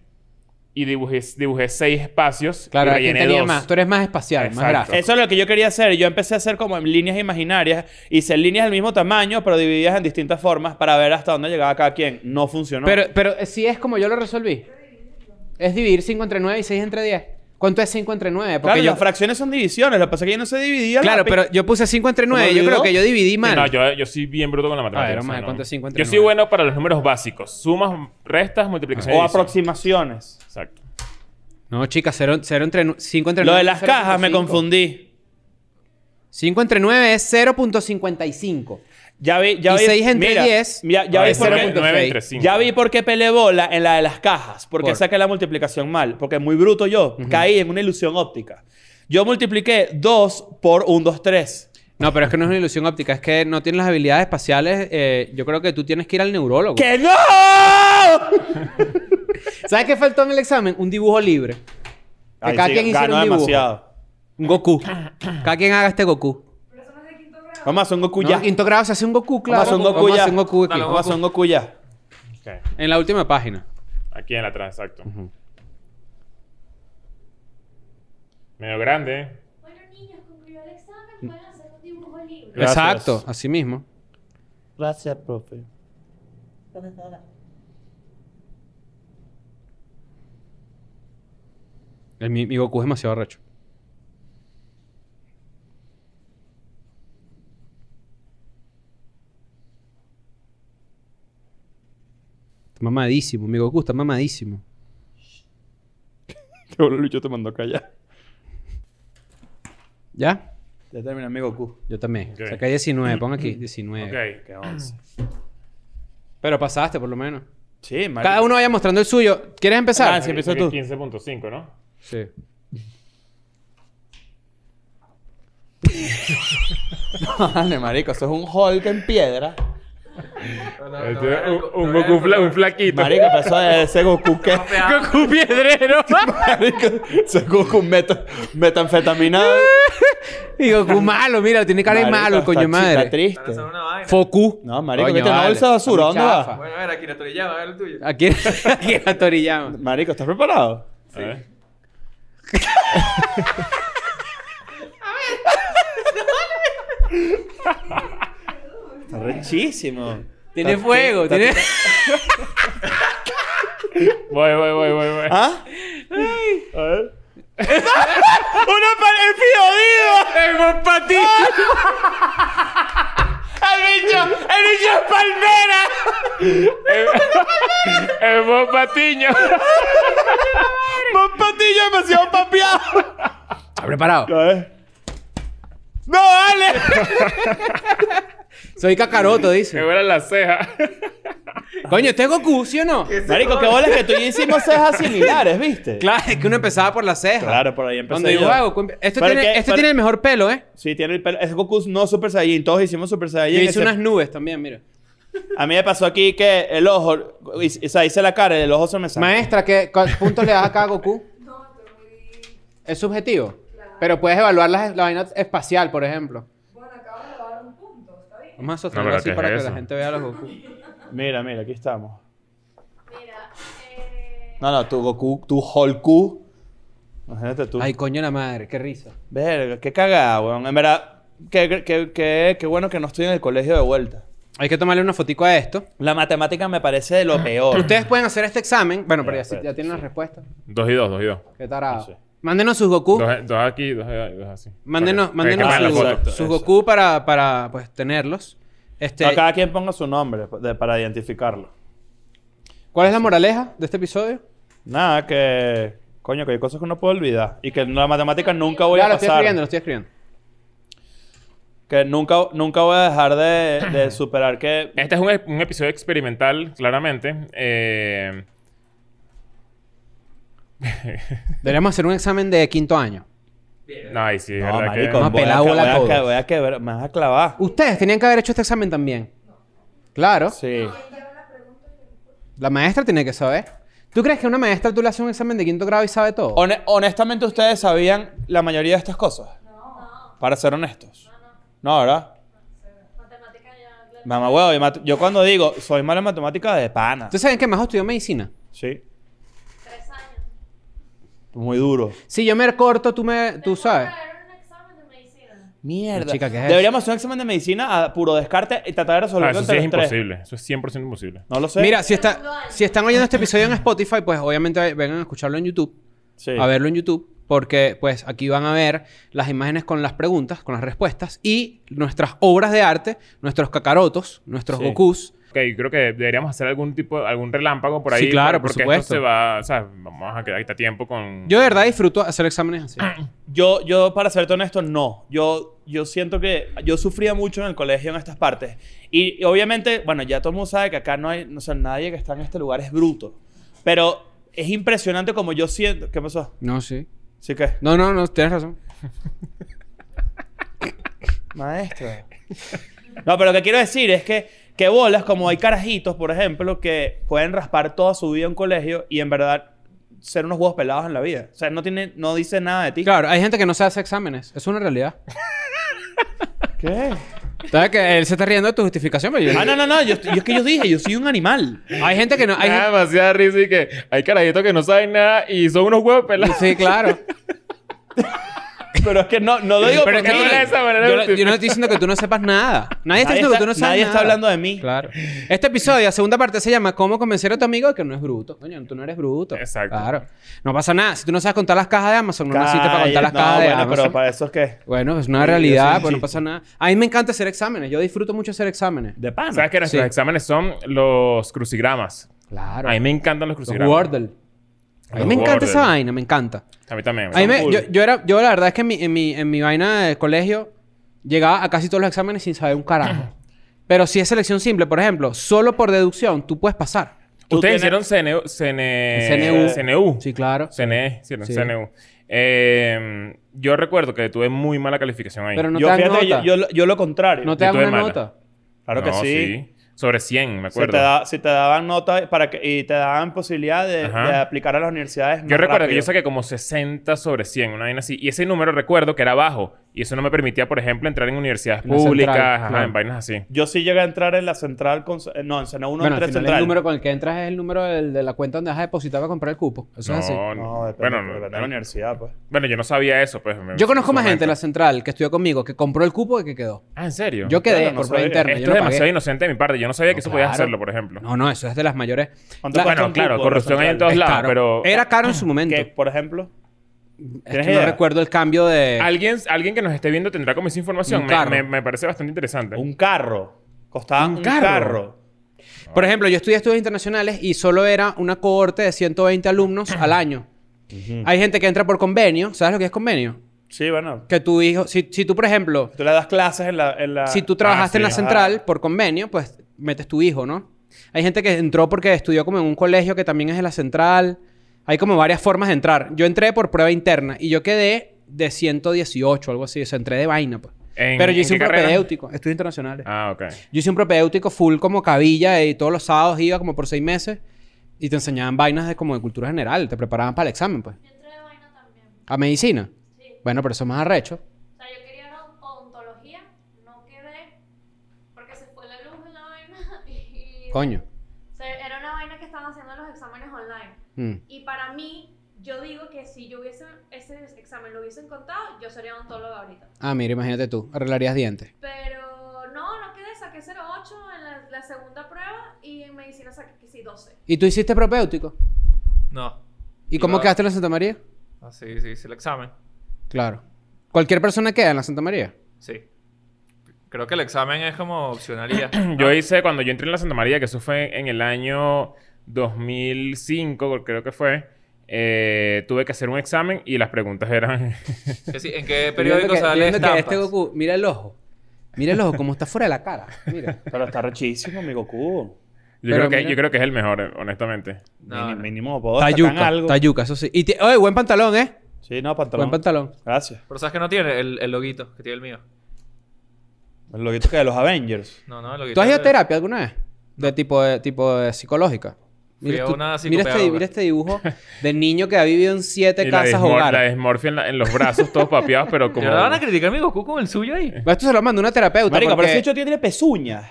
Speaker 2: y dibujé, dibujé seis espacios.
Speaker 4: Claro,
Speaker 2: y
Speaker 4: ¿quién
Speaker 2: rellené
Speaker 4: tenía
Speaker 2: dos.
Speaker 4: más? Tú eres más espacial, más
Speaker 2: Exacto.
Speaker 4: gráfico.
Speaker 3: Eso es lo que yo quería hacer. Yo empecé a hacer como en líneas imaginarias. Hice líneas del mismo tamaño, pero divididas en distintas formas para ver hasta dónde llegaba cada quien. No funcionó.
Speaker 4: Pero, pero eh, si es como yo lo resolví. Es dividir 5 entre 9 y 6 entre 10. ¿Cuánto es 5 entre 9?
Speaker 3: claro,
Speaker 4: Porque yo...
Speaker 3: las fracciones son divisiones. Lo que pasa es que yo no se dividía. el
Speaker 4: Claro,
Speaker 3: lápiz.
Speaker 4: pero yo puse 5 entre 9. Yo
Speaker 6: olvidó?
Speaker 4: creo que yo dividí mal.
Speaker 2: No, yo, yo soy bien bruto con la matemática.
Speaker 4: A ver,
Speaker 2: o sea,
Speaker 4: vamos a ver
Speaker 2: no.
Speaker 4: cuánto es cinco entre
Speaker 2: Yo soy
Speaker 4: nueve.
Speaker 2: bueno para los números básicos. Sumas, restas, multiplicaciones.
Speaker 3: O
Speaker 2: y división.
Speaker 3: aproximaciones.
Speaker 2: Exacto.
Speaker 4: No, chicas, 0 entre 5 entre
Speaker 3: Lo
Speaker 4: 9.
Speaker 3: de las cajas me confundí.
Speaker 4: 5 entre 9 es 0.55.
Speaker 3: Ya vi, ya
Speaker 4: Y
Speaker 3: vi.
Speaker 4: seis entre
Speaker 3: mira,
Speaker 4: diez,
Speaker 3: Ya, ya
Speaker 2: Ah,
Speaker 3: vi
Speaker 2: es
Speaker 3: por
Speaker 2: nueve-
Speaker 3: qué-
Speaker 2: nueve
Speaker 4: 0.6.
Speaker 2: entre cinco.
Speaker 3: Ya vi por qué peleé bola en la de las cajas. Porque
Speaker 4: Por.
Speaker 3: saqué la multiplicación mal. Porque muy bruto yo. Caí en una ilusión óptica. Yo multipliqué 2 por 1, 2, 3.
Speaker 4: No, pero es que no es una ilusión óptica. Es que no tienes las habilidades espaciales. eh, yo creo que tú tienes que ir al neurólogo.
Speaker 3: ¡Que no!
Speaker 4: ¿Sabes qué faltó en el examen? Un dibujo libre.
Speaker 3: Ay,
Speaker 4: cada
Speaker 3: sí,
Speaker 4: quien hiciera
Speaker 3: ganó
Speaker 4: un dibujo.
Speaker 3: demasiado.
Speaker 4: Un Goku. Cada quien haga este Goku.
Speaker 7: Pero eso no es de quinto grado.
Speaker 3: Vamos a hacer un Goku
Speaker 4: No,
Speaker 3: ya.
Speaker 4: en quinto grado se hace un Goku, claro.
Speaker 3: Vamos a hacer un Goku
Speaker 4: Vamos a
Speaker 3: ya.
Speaker 4: hacer un Goku aquí.
Speaker 5: Dale,
Speaker 3: Vamos a hacer un Goku ya.
Speaker 2: Ok.
Speaker 4: En la última página.
Speaker 2: Aquí en la atrás, exacto. Medio grande.
Speaker 1: Bueno, niños, concluyó el examen, pueden hacer un dibujo libre.
Speaker 2: Gracias.
Speaker 4: Mm. Exacto, así mismo.
Speaker 3: Gracias, profe.
Speaker 4: El- Mi, mi Goku es demasiado recho. Está mamadísimo, mi Goku está mamadísimo.
Speaker 3: Que Lucho te mandó callar.
Speaker 4: ¿Ya?
Speaker 3: Ya terminó mi Goku.
Speaker 4: Yo también.
Speaker 2: Ok.
Speaker 4: Saqué 19,
Speaker 3: Mm.
Speaker 4: pon aquí 19.
Speaker 2: Ok.
Speaker 4: Pero pasaste por lo menos.
Speaker 3: Sí, marico.
Speaker 4: Cada uno vaya mostrando el suyo. ¿Quieres empezar?
Speaker 3: Ah, sí, empieza
Speaker 2: Aquí
Speaker 3: tú.
Speaker 2: 15.5, ¿no?
Speaker 4: Sí.
Speaker 3: Dale, marico. Eso es un Hulk en piedra.
Speaker 2: Este, un un Goku fla- un flaquito.
Speaker 3: Marico, pero eso es ese Goku que...
Speaker 2: Goku piedrero.
Speaker 3: Marico, ese Goku meta, metanfetamina.
Speaker 4: Y Goku malo, mira, tiene cara de
Speaker 3: Marico,
Speaker 4: malo,
Speaker 3: está
Speaker 4: coño
Speaker 3: chi-
Speaker 4: madre.
Speaker 3: Está triste.
Speaker 5: Lanzar una vaina.
Speaker 4: Foku.
Speaker 3: No, marico,
Speaker 4: Coño,
Speaker 3: vete en la
Speaker 4: vale.
Speaker 3: bolsa de basura.
Speaker 4: Está muy
Speaker 3: ¿Dónde vas?
Speaker 4: chafa.
Speaker 5: Bueno, a ver, aquí la Toriyama, a ver el tuyo.
Speaker 4: Aquí, aquí a Toriyama.
Speaker 3: Marico, ¿estás preparado?
Speaker 2: A ver.
Speaker 3: Está rechísimo.
Speaker 4: Tiene fuego, tiene...
Speaker 2: Voy, voy, voy, voy, voy.
Speaker 3: ¿Ah?
Speaker 2: A ver.
Speaker 3: ¡Una para el pío ¡El bompatí! ¡El bicho! ¡El bicho es palmera!
Speaker 2: El Bob Patiño.
Speaker 3: ¡Bompatillo demasiado papiado!
Speaker 4: ¿Está preparado?
Speaker 3: ¡No, dale!
Speaker 4: Soy Kakaroto,
Speaker 2: Me
Speaker 4: dice.
Speaker 2: vuelan las cejas.
Speaker 4: Coño, ¿este es Goku, sí o no?
Speaker 3: Marico, qué bolas que tú y yo hicimos cejas similares, ¿viste?
Speaker 4: Claro, es que uno empezaba por la ceja.
Speaker 3: Claro, por ahí
Speaker 4: Cuando
Speaker 3: empecé
Speaker 4: digo
Speaker 3: yo.
Speaker 4: ah, Goku... empe- Este,
Speaker 3: Pero
Speaker 4: tiene,
Speaker 3: que-
Speaker 4: este
Speaker 3: pero-
Speaker 4: tiene el mejor pelo, ¿eh?
Speaker 3: Sí, tiene el pelo. Es Goku no Super Saiyajin. Todos hicimos Super Saiyajin.
Speaker 4: Yo hice
Speaker 3: excepto-
Speaker 4: unas nubes también, mira.
Speaker 3: A mí me pasó aquí que el ojo... O sea, hice la cara y el ojo se me salió.
Speaker 4: Maestra, ¿qué cu- punto le das a cada Goku?
Speaker 7: No, tú eres muy...
Speaker 4: Es subjetivo. Pero puedes evaluar la, la vaina espacial, por ejemplo.
Speaker 7: Bueno, acabas de dar un punto, ¿está bien?
Speaker 4: Vamos a
Speaker 2: No,
Speaker 4: sostenerlo
Speaker 2: pero
Speaker 4: así
Speaker 2: ¿qué es
Speaker 4: para que
Speaker 2: eso?
Speaker 4: la gente vea a los Goku.
Speaker 3: Mira, mira, aquí estamos.
Speaker 1: Mira, eh...
Speaker 3: No, no, tu Goku, tu Holku. Imagínate tú.
Speaker 4: Ay, coño la madre, qué risa.
Speaker 3: Verga, qué cagada, weón. En verdad, qué, qué- qué- qué bueno que no estoy en el colegio de vuelta.
Speaker 4: Hay que tomarle una fotico a esto.
Speaker 3: La matemática me parece de lo peor.
Speaker 4: Ustedes pueden hacer este examen. Bueno, pero
Speaker 3: Ya,
Speaker 4: ya, sí- ya
Speaker 3: espérate,
Speaker 4: tienen las respuestas.
Speaker 2: Dos y dos, dos y dos.
Speaker 4: Qué tarado.
Speaker 3: Sí.
Speaker 4: Mándenos sus Goku.
Speaker 2: Dos, dos aquí, dos, allá y dos así.
Speaker 4: Uh. Mándenos,
Speaker 2: Ok.
Speaker 4: mándenos
Speaker 2: Para que
Speaker 4: sus-
Speaker 2: pongan la foto.
Speaker 4: sus
Speaker 3: Eso.
Speaker 4: Goku para, para pues, tenerlos. Este,
Speaker 3: No, cada quien ponga su nombre de- para identificarlo.
Speaker 4: ¿Cuál es la moraleja de este episodio?
Speaker 3: Nada, que. Coño, que hay cosas que no puedo olvidar. Y que la matemática nunca voy
Speaker 4: ya lo
Speaker 3: a
Speaker 4: estoy
Speaker 3: pasar.
Speaker 4: escribiendo, lo estoy escribiendo.
Speaker 3: Que nunca, nunca voy a dejar de, de superar que.
Speaker 2: Este es un, ep- un episodio experimental, claramente. Eh,
Speaker 4: Deberíamos hacer un examen de quinto año.
Speaker 2: no, y sí, es
Speaker 3: No,
Speaker 2: verdad
Speaker 3: marico,
Speaker 2: que...
Speaker 4: Vamos a
Speaker 3: voy,
Speaker 4: pelar
Speaker 3: a, ca-
Speaker 4: bola
Speaker 3: voy a
Speaker 4: todos.
Speaker 3: ca- voy a quebrar- me vas a clavar.
Speaker 4: Ustedes tenían que haber hecho este examen también. Claro.
Speaker 3: Sí.
Speaker 4: La maestra tiene que saber. ¿Tú crees que a una maestra tú le haces un examen de quinto grado y sabe todo?
Speaker 3: Hone- honestamente, ¿ustedes sabían la mayoría de estas cosas? No. Para ser honestos. No, ¿verdad?
Speaker 1: Matemática ya... la-
Speaker 3: Mamá, huevo, y mat- yo cuando digo, soy malo en matemática de pana.
Speaker 4: ¿Ustedes saben que Majo estudió medicina?
Speaker 3: Sí.
Speaker 1: Tres años.
Speaker 3: Muy duro.
Speaker 4: Si yo me corto, tú me, tú sabes.
Speaker 1: Traer un examen de medicina.
Speaker 3: Mierda.
Speaker 4: Chica, ¿qué es eso?
Speaker 3: Deberíamos hacer un examen de medicina a puro descarte y tratar de
Speaker 2: Ah,
Speaker 3: resolverlo
Speaker 2: eso sí
Speaker 3: entre
Speaker 2: es
Speaker 3: los tres.
Speaker 2: imposible. Eso es 100% imposible.
Speaker 3: No lo sé.
Speaker 4: Mira, si, está, si están oyendo este episodio en Spotify, pues obviamente vengan a escucharlo en YouTube,
Speaker 3: Sí.
Speaker 4: a verlo en YouTube, porque pues aquí van a ver las imágenes con las preguntas, con las respuestas y nuestras obras de arte, nuestros cacarotos, nuestros
Speaker 3: Sí.
Speaker 4: Gokus.
Speaker 2: Ok, yo creo que deberíamos hacer algún tipo, algún relámpago por ahí.
Speaker 4: Sí, claro,
Speaker 2: pero-
Speaker 4: por
Speaker 2: porque
Speaker 4: supuesto.
Speaker 2: Esto se va, o sea, vamos a quedar a tiempo con...
Speaker 4: Yo de verdad disfruto hacer exámenes así.
Speaker 3: Yo, yo, para serte honesto, no. Yo, yo siento que yo sufría mucho en el colegio en estas partes. Y, y obviamente, bueno, ya todo el mundo sabe que acá no hay, o sea, nadie que está en este lugar es bruto. Pero es impresionante como yo siento. ¿Qué pasó?
Speaker 4: No, sí.
Speaker 3: ¿Sí qué?
Speaker 4: No, no, no, tienes razón.
Speaker 3: Maestro. No, pero lo que quiero decir es que, que bolas, como hay carajitos, por ejemplo, que pueden raspar toda su vida en colegio y en verdad ser unos huevos pelados en la vida. O sea, no, tiene, no dice nada de ti.
Speaker 4: Claro, hay gente que no se hace exámenes. Es una realidad.
Speaker 3: ¿Qué?
Speaker 4: ¿Sabes que él se está riendo de tu justificación? Pero yo-
Speaker 3: Ah, no, no, no. Yo, yo es que yo dije, yo soy un animal.
Speaker 4: Hay gente que no...
Speaker 2: Me
Speaker 4: Hay
Speaker 2: da
Speaker 3: Ah,
Speaker 4: gen-
Speaker 2: demasiada risa y que hay carajitos que no saben nada y son unos huevos pelados.
Speaker 4: Sí, claro.
Speaker 3: Pero es que no, no lo digo
Speaker 4: Pero es
Speaker 3: porque
Speaker 4: que tú-
Speaker 2: no de esa manera
Speaker 4: yo, no- yo no
Speaker 2: justifica.
Speaker 4: estoy diciendo que tú no sepas nada. Nadie está diciendo Este que tú no sabes
Speaker 3: nadie
Speaker 4: nada.
Speaker 3: está hablando de mí.
Speaker 4: Claro. Este episodio, la segunda parte, se llama ¿Cómo convencer a tu amigo que no es bruto? Coño, tú no eres bruto.
Speaker 2: Exacto.
Speaker 4: Claro. No pasa nada. Si tú no sabes contar las cajas de Amazon, no naciste para
Speaker 3: Cállate.
Speaker 4: contar las
Speaker 3: No,
Speaker 4: cajas de
Speaker 3: bueno,
Speaker 4: Amazon.
Speaker 3: pero para eso es que...
Speaker 4: Bueno, es una
Speaker 3: Sí, eso es
Speaker 4: realidad,
Speaker 3: un
Speaker 4: pues no
Speaker 3: chiste.
Speaker 4: pasa nada. A mí me encanta hacer exámenes. Yo disfruto mucho hacer exámenes.
Speaker 3: De pan.
Speaker 2: ¿Sabes que nuestros
Speaker 4: Sí.
Speaker 2: exámenes son los crucigramas?
Speaker 4: Claro.
Speaker 2: A mí me encantan los
Speaker 4: Los
Speaker 2: crucigramas.
Speaker 4: Wordle. A mí
Speaker 2: Los
Speaker 4: me encanta
Speaker 2: Wordle.
Speaker 4: esa vaina, me encanta.
Speaker 2: A mí también.
Speaker 4: A mí
Speaker 2: Son
Speaker 4: me-
Speaker 2: cool.
Speaker 4: yo, yo era, yo la verdad es que en mi, en, mi, en mi vaina de colegio llegaba a casi todos los exámenes sin saber un carajo. Pero si es selección simple, por ejemplo, solo por deducción tú puedes pasar.
Speaker 3: Tú
Speaker 2: Ustedes
Speaker 3: tienes-
Speaker 2: hicieron CNU. CNE,
Speaker 4: CNU.
Speaker 2: CNU.
Speaker 4: Sí, claro.
Speaker 2: CNE, E, hicieron
Speaker 4: Sí.
Speaker 2: CNU. Eh, yo recuerdo que tuve muy mala calificación ahí.
Speaker 4: Pero no
Speaker 3: yo,
Speaker 4: te dan
Speaker 3: fíjate, yo,
Speaker 4: nota.
Speaker 3: yo lo- yo lo contrario.
Speaker 4: no te
Speaker 2: yo
Speaker 4: dan
Speaker 2: tuve
Speaker 4: una
Speaker 2: mala.
Speaker 4: nota.
Speaker 3: claro que
Speaker 2: No,
Speaker 3: sí.
Speaker 2: Sobre 100, me
Speaker 3: Se
Speaker 2: acuerdo.
Speaker 3: te, da- se te daban notas para que, y te daban posibilidad de,
Speaker 2: Ajá.
Speaker 3: de aplicar a las universidades más
Speaker 2: Yo recuerdo que
Speaker 3: rápido.
Speaker 2: yo saqué como 60 sobre 100, una vaina así. Y ese número recuerdo que era bajo. Y eso no me permitía, por ejemplo, entrar en universidades
Speaker 4: En la central,
Speaker 2: públicas, ajá,
Speaker 4: claro.
Speaker 2: en vainas así.
Speaker 3: Yo sí llegué a entrar en la central con... eh, No, en Sena 1
Speaker 4: bueno, al
Speaker 3: entré
Speaker 4: final
Speaker 3: central.
Speaker 4: el número con el que entras es el número del- de la cuenta donde vas a depositar para comprar el cupo. Eso
Speaker 2: no,
Speaker 4: es así.
Speaker 3: No,
Speaker 2: no,
Speaker 3: depende,
Speaker 2: bueno,
Speaker 3: bueno,
Speaker 2: no-
Speaker 3: depende de la universidad, pues.
Speaker 2: bueno, yo no sabía eso. Pues, me-
Speaker 4: Yo conozco
Speaker 2: en
Speaker 4: más
Speaker 2: su
Speaker 4: gente de la
Speaker 2: momento.
Speaker 4: central que estudió conmigo que compró el cupo y que quedó.
Speaker 2: Ah, ¿en serio?
Speaker 4: Yo quedé
Speaker 3: Claro, no
Speaker 4: por prueba
Speaker 3: sabía.
Speaker 4: interna.
Speaker 2: Esto
Speaker 4: yo
Speaker 2: es
Speaker 4: no pagué.
Speaker 2: demasiado inocente de mi parte. Yo no sabía que eso podías
Speaker 4: claro.
Speaker 2: hacerlo, por ejemplo.
Speaker 4: No, no, eso es de las mayores.
Speaker 3: ¿Cuánto cuesta
Speaker 4: La-
Speaker 2: bueno,
Speaker 3: un cupo
Speaker 2: claro,
Speaker 3: en la
Speaker 2: corrupción hay en
Speaker 3: central?
Speaker 2: todos lados,
Speaker 4: caro.
Speaker 2: pero...
Speaker 4: Era caro en su momento.
Speaker 3: ¿Qué, por ejemplo?
Speaker 4: Es
Speaker 3: ¿Tienes
Speaker 4: que no
Speaker 3: idea?
Speaker 4: recuerdo el cambio de...
Speaker 2: ¿Alguien, alguien que nos esté viendo tendrá como esa información.
Speaker 4: Un
Speaker 2: Me,
Speaker 4: carro.
Speaker 2: me- me parece bastante interesante.
Speaker 3: Un carro. Costaba un,
Speaker 4: ¿Un
Speaker 3: carro.
Speaker 4: carro? Por ejemplo, yo estudié estudios internacionales y solo era una cohorte de 120 alumnos al año. Hay gente que entra por convenio. ¿Sabes lo que es convenio?
Speaker 3: Sí, bueno.
Speaker 4: Que tu hijo... Si, si tú, por ejemplo,
Speaker 3: Tú le das clases en la... En la...
Speaker 4: si tú
Speaker 2: Ah, sí,
Speaker 4: trabajaste en la
Speaker 2: ajá.
Speaker 4: central por convenio, pues metes tu hijo, ¿no? Hay gente que entró porque estudió como en un colegio que también es de la central. Hay como varias formas de entrar. Yo entré por prueba interna y yo quedé de 118, algo así. O sea, entré de vaina, pues.
Speaker 2: ¿En-
Speaker 4: Pero yo
Speaker 2: en
Speaker 4: hice un
Speaker 2: qué carrera?
Speaker 4: propedéutico. Estudios internacionales.
Speaker 2: Ah, ok.
Speaker 4: Yo hice un propedéutico full como cabilla y todos los sábados iba como por seis meses y te enseñaban vainas de como de cultura general, te preparaban para el examen, pues.
Speaker 1: Yo entré de vaina también.
Speaker 4: A medicina.
Speaker 1: Sí.
Speaker 4: Bueno, pero eso es más arrecho.
Speaker 1: O sea, yo quería una odontología, no quedé porque se fue la luz en la vaina y...
Speaker 4: Coño.
Speaker 1: O sea, era una vaina que estaban haciendo los exámenes online.
Speaker 4: Mm.
Speaker 1: Y para mí, yo digo que si yo hubiese ese examen lo hubiesen contado, yo sería odontóloga ahorita.
Speaker 4: Ah, mira, imagínate tú, arreglarías dientes.
Speaker 1: Pero no, no quedé, saqué 08 en la, la segunda prueba y en medicina saqué que sí 12.
Speaker 4: ¿Y tú hiciste propéutico?
Speaker 5: No.
Speaker 4: ¿Y cómo
Speaker 5: Iba-
Speaker 4: quedaste en la Santa María?
Speaker 5: Ah, sí, sí, sí, el examen.
Speaker 4: Claro. ¿Cualquier persona queda en la Santa María?
Speaker 5: Sí. Creo que el examen es como opcionalía.
Speaker 2: Yo hice, cuando yo entré en la Santa María, que eso fue en el año 2005, creo que fue, eh, tuve que hacer un examen y las preguntas eran...
Speaker 5: Que sí, ¿En qué
Speaker 4: Estoy viendo
Speaker 5: periódico
Speaker 4: que-
Speaker 5: sale
Speaker 4: estoy viendo que
Speaker 5: estampas?
Speaker 4: este Goku, mira el ojo. Mira el ojo, como está fuera de la cara. Mira.
Speaker 3: Pero está rechísimo, mi Goku.
Speaker 2: Yo,
Speaker 4: Pero
Speaker 2: creo que,
Speaker 4: mira.
Speaker 2: yo creo que es el mejor, eh, honestamente.
Speaker 5: No,
Speaker 3: Mini-
Speaker 5: no.
Speaker 3: Mínimo, puedo destacar en
Speaker 4: Tayuca,
Speaker 3: algo.
Speaker 4: tayuca, eso sí. Y ti- oye, buen pantalón, ¿eh?
Speaker 3: Sí, no,
Speaker 4: Buen
Speaker 3: pantalón.
Speaker 4: pantalón.
Speaker 3: Gracias.
Speaker 5: Pero sabes que no tiene el, el loguito que tiene el mío.
Speaker 3: El loguito que de los Avengers.
Speaker 5: No, no, el loguito.
Speaker 4: ¿Tú has ido a
Speaker 5: de-
Speaker 4: terapia alguna vez? De tipo de, tipo de psicológica.
Speaker 5: Fui a
Speaker 4: tú-
Speaker 5: una
Speaker 4: mira, este,
Speaker 5: psicopedagoga.
Speaker 4: mira este dibujo de niño que ha vivido en siete
Speaker 2: Y la,
Speaker 4: casas
Speaker 2: dismor- la
Speaker 4: hogar.
Speaker 2: dismorfia en, la- en los brazos, todos papeados, pero
Speaker 5: ¿De
Speaker 2: como...
Speaker 5: verdad van a criticar a mi Goku con el suyo ahí?
Speaker 4: Esto se lo mandó una terapeuta
Speaker 3: Marico, pero
Speaker 4: porque
Speaker 3: ese bicho tío tiene pezuñas.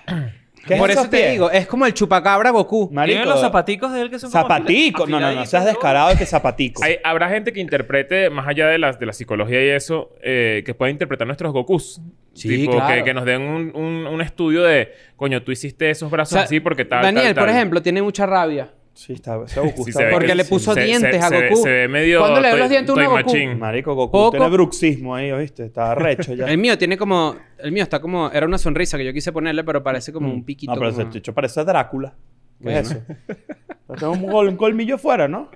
Speaker 3: ¿Qué es
Speaker 4: Por
Speaker 3: esos
Speaker 4: eso te
Speaker 3: pies?
Speaker 4: digo, es como el chupacabra Goku.
Speaker 3: Marico.
Speaker 8: Tienen los zapaticos de él que son como
Speaker 3: Zapatico.
Speaker 8: afila-
Speaker 3: No, no, no
Speaker 8: afiladitos,
Speaker 3: seas descarado que zapatico.
Speaker 2: Hay- habrá gente que interprete, más allá de la, de la psicología y eso, eh, que pueda interpretar nuestros Gokus.
Speaker 4: Sí,
Speaker 2: tipo,
Speaker 4: claro.
Speaker 2: que, que nos den un, un- un estudio de, coño, tú hiciste esos brazos
Speaker 4: O sea,
Speaker 2: así porque tal.
Speaker 4: Daniel,
Speaker 2: tal, tal.
Speaker 4: por ejemplo, tiene mucha rabia.
Speaker 3: Sí, está. ese Goku
Speaker 2: Sí,
Speaker 3: está
Speaker 2: se ve
Speaker 3: bueno.
Speaker 4: Porque
Speaker 2: que-
Speaker 4: le puso
Speaker 2: se- se-
Speaker 4: dientes a
Speaker 2: se ve-
Speaker 4: Goku.
Speaker 2: se ve medio
Speaker 4: ¿Cuándo le dio
Speaker 2: Toy-
Speaker 4: los dientes a
Speaker 2: Toy
Speaker 4: uno a Goku?
Speaker 2: Machine.
Speaker 3: Marico, Goku
Speaker 4: Poco.
Speaker 3: tiene bruxismo ahí, ¿viste? Está recho ya.
Speaker 4: El mío tiene como. El mío está como. Era una sonrisa que yo quise ponerle, pero parece como un piquito.
Speaker 3: Mm. no, pero
Speaker 4: como-
Speaker 3: ese chicho parece Drácula. ¿Qué es eso? Tengo un, gol- un colmillo fuera, ¿no?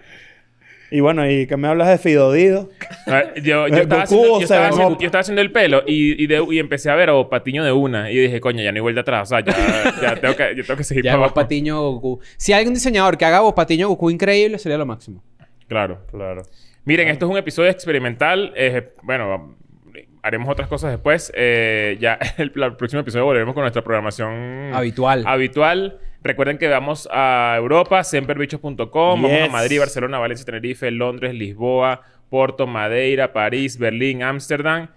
Speaker 3: Y bueno, ¿y qué me hablas de Fidodido?
Speaker 2: Ah, Yo, yo
Speaker 3: Eh,
Speaker 2: estaba,
Speaker 3: Goku
Speaker 2: haciendo, yo
Speaker 3: se
Speaker 2: estaba
Speaker 3: vengó.
Speaker 2: haciendo- yo estaba haciendo el pelo y, y, de- y empecé a ver a Patiño de una. Y dije, coño, ya no hay vuelta atrás. O sea, ya, ya tengo, que, yo tengo que seguir
Speaker 4: Ya,
Speaker 2: para
Speaker 4: Bob
Speaker 2: abajo.
Speaker 4: Patiño Goku. Si hay un diseñador que haga Bob Patiño Goku increíble, sería lo máximo.
Speaker 2: Claro, claro. Miren, esto es un episodio experimental. eh, bueno, haremos otras cosas después. Eh, ya el, la- próximo episodio volveremos con nuestra programación
Speaker 4: Habitual.
Speaker 2: habitual. Recuerden que vamos a Europa, semperbichos.com, vamos a
Speaker 3: Yes.
Speaker 2: Madrid, Barcelona, Valencia, Tenerife, Londres, Lisboa, Porto, Madeira, París, Berlín, Ámsterdam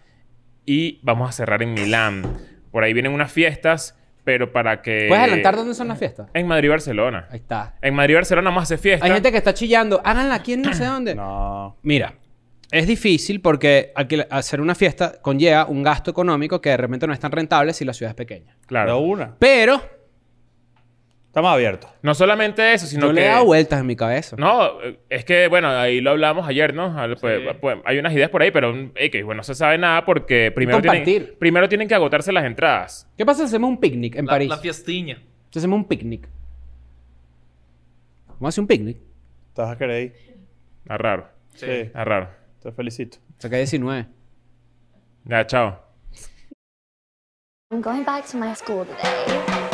Speaker 2: y vamos a cerrar en Milán. Por ahí vienen unas fiestas, pero para que
Speaker 4: ¿Puedes adelantar dónde son las fiestas?
Speaker 2: En Madrid, Barcelona.
Speaker 4: Ahí está.
Speaker 2: En Madrid, Barcelona vamos a hacer fiesta.
Speaker 4: Hay gente que está chillando. Háganla aquí en no sé dónde.
Speaker 3: No.
Speaker 4: Mira, es difícil porque alquil- hacer una fiesta conlleva un gasto económico que de repente no es tan rentable si la ciudad es pequeña.
Speaker 2: Claro.
Speaker 3: De una.
Speaker 4: Pero
Speaker 3: Estamos abiertos.
Speaker 2: No solamente eso, sino
Speaker 4: yo
Speaker 2: que...
Speaker 4: le he dado vueltas en mi cabeza.
Speaker 2: No, eh, es que, bueno, ahí lo hablamos ayer, ¿no? Al- pues, pues, hay unas ideas por ahí, pero mm, X, bueno, no se sabe nada porque primero tienen,
Speaker 4: Compartir.
Speaker 2: primero tienen que agotarse las entradas.
Speaker 4: ¿Qué pasa si hacemos un picnic en
Speaker 8: La,
Speaker 4: París?
Speaker 8: la fiestiña.
Speaker 4: Si hacemos un picnic. Vamos a hacer un picnic.
Speaker 3: Te vas a querer ir.
Speaker 2: Está Ah, raro,
Speaker 3: Sí.
Speaker 2: está raro.
Speaker 3: Te felicito.
Speaker 4: Saqué 19.
Speaker 2: Ya, chao.
Speaker 9: I'm going back to my school today.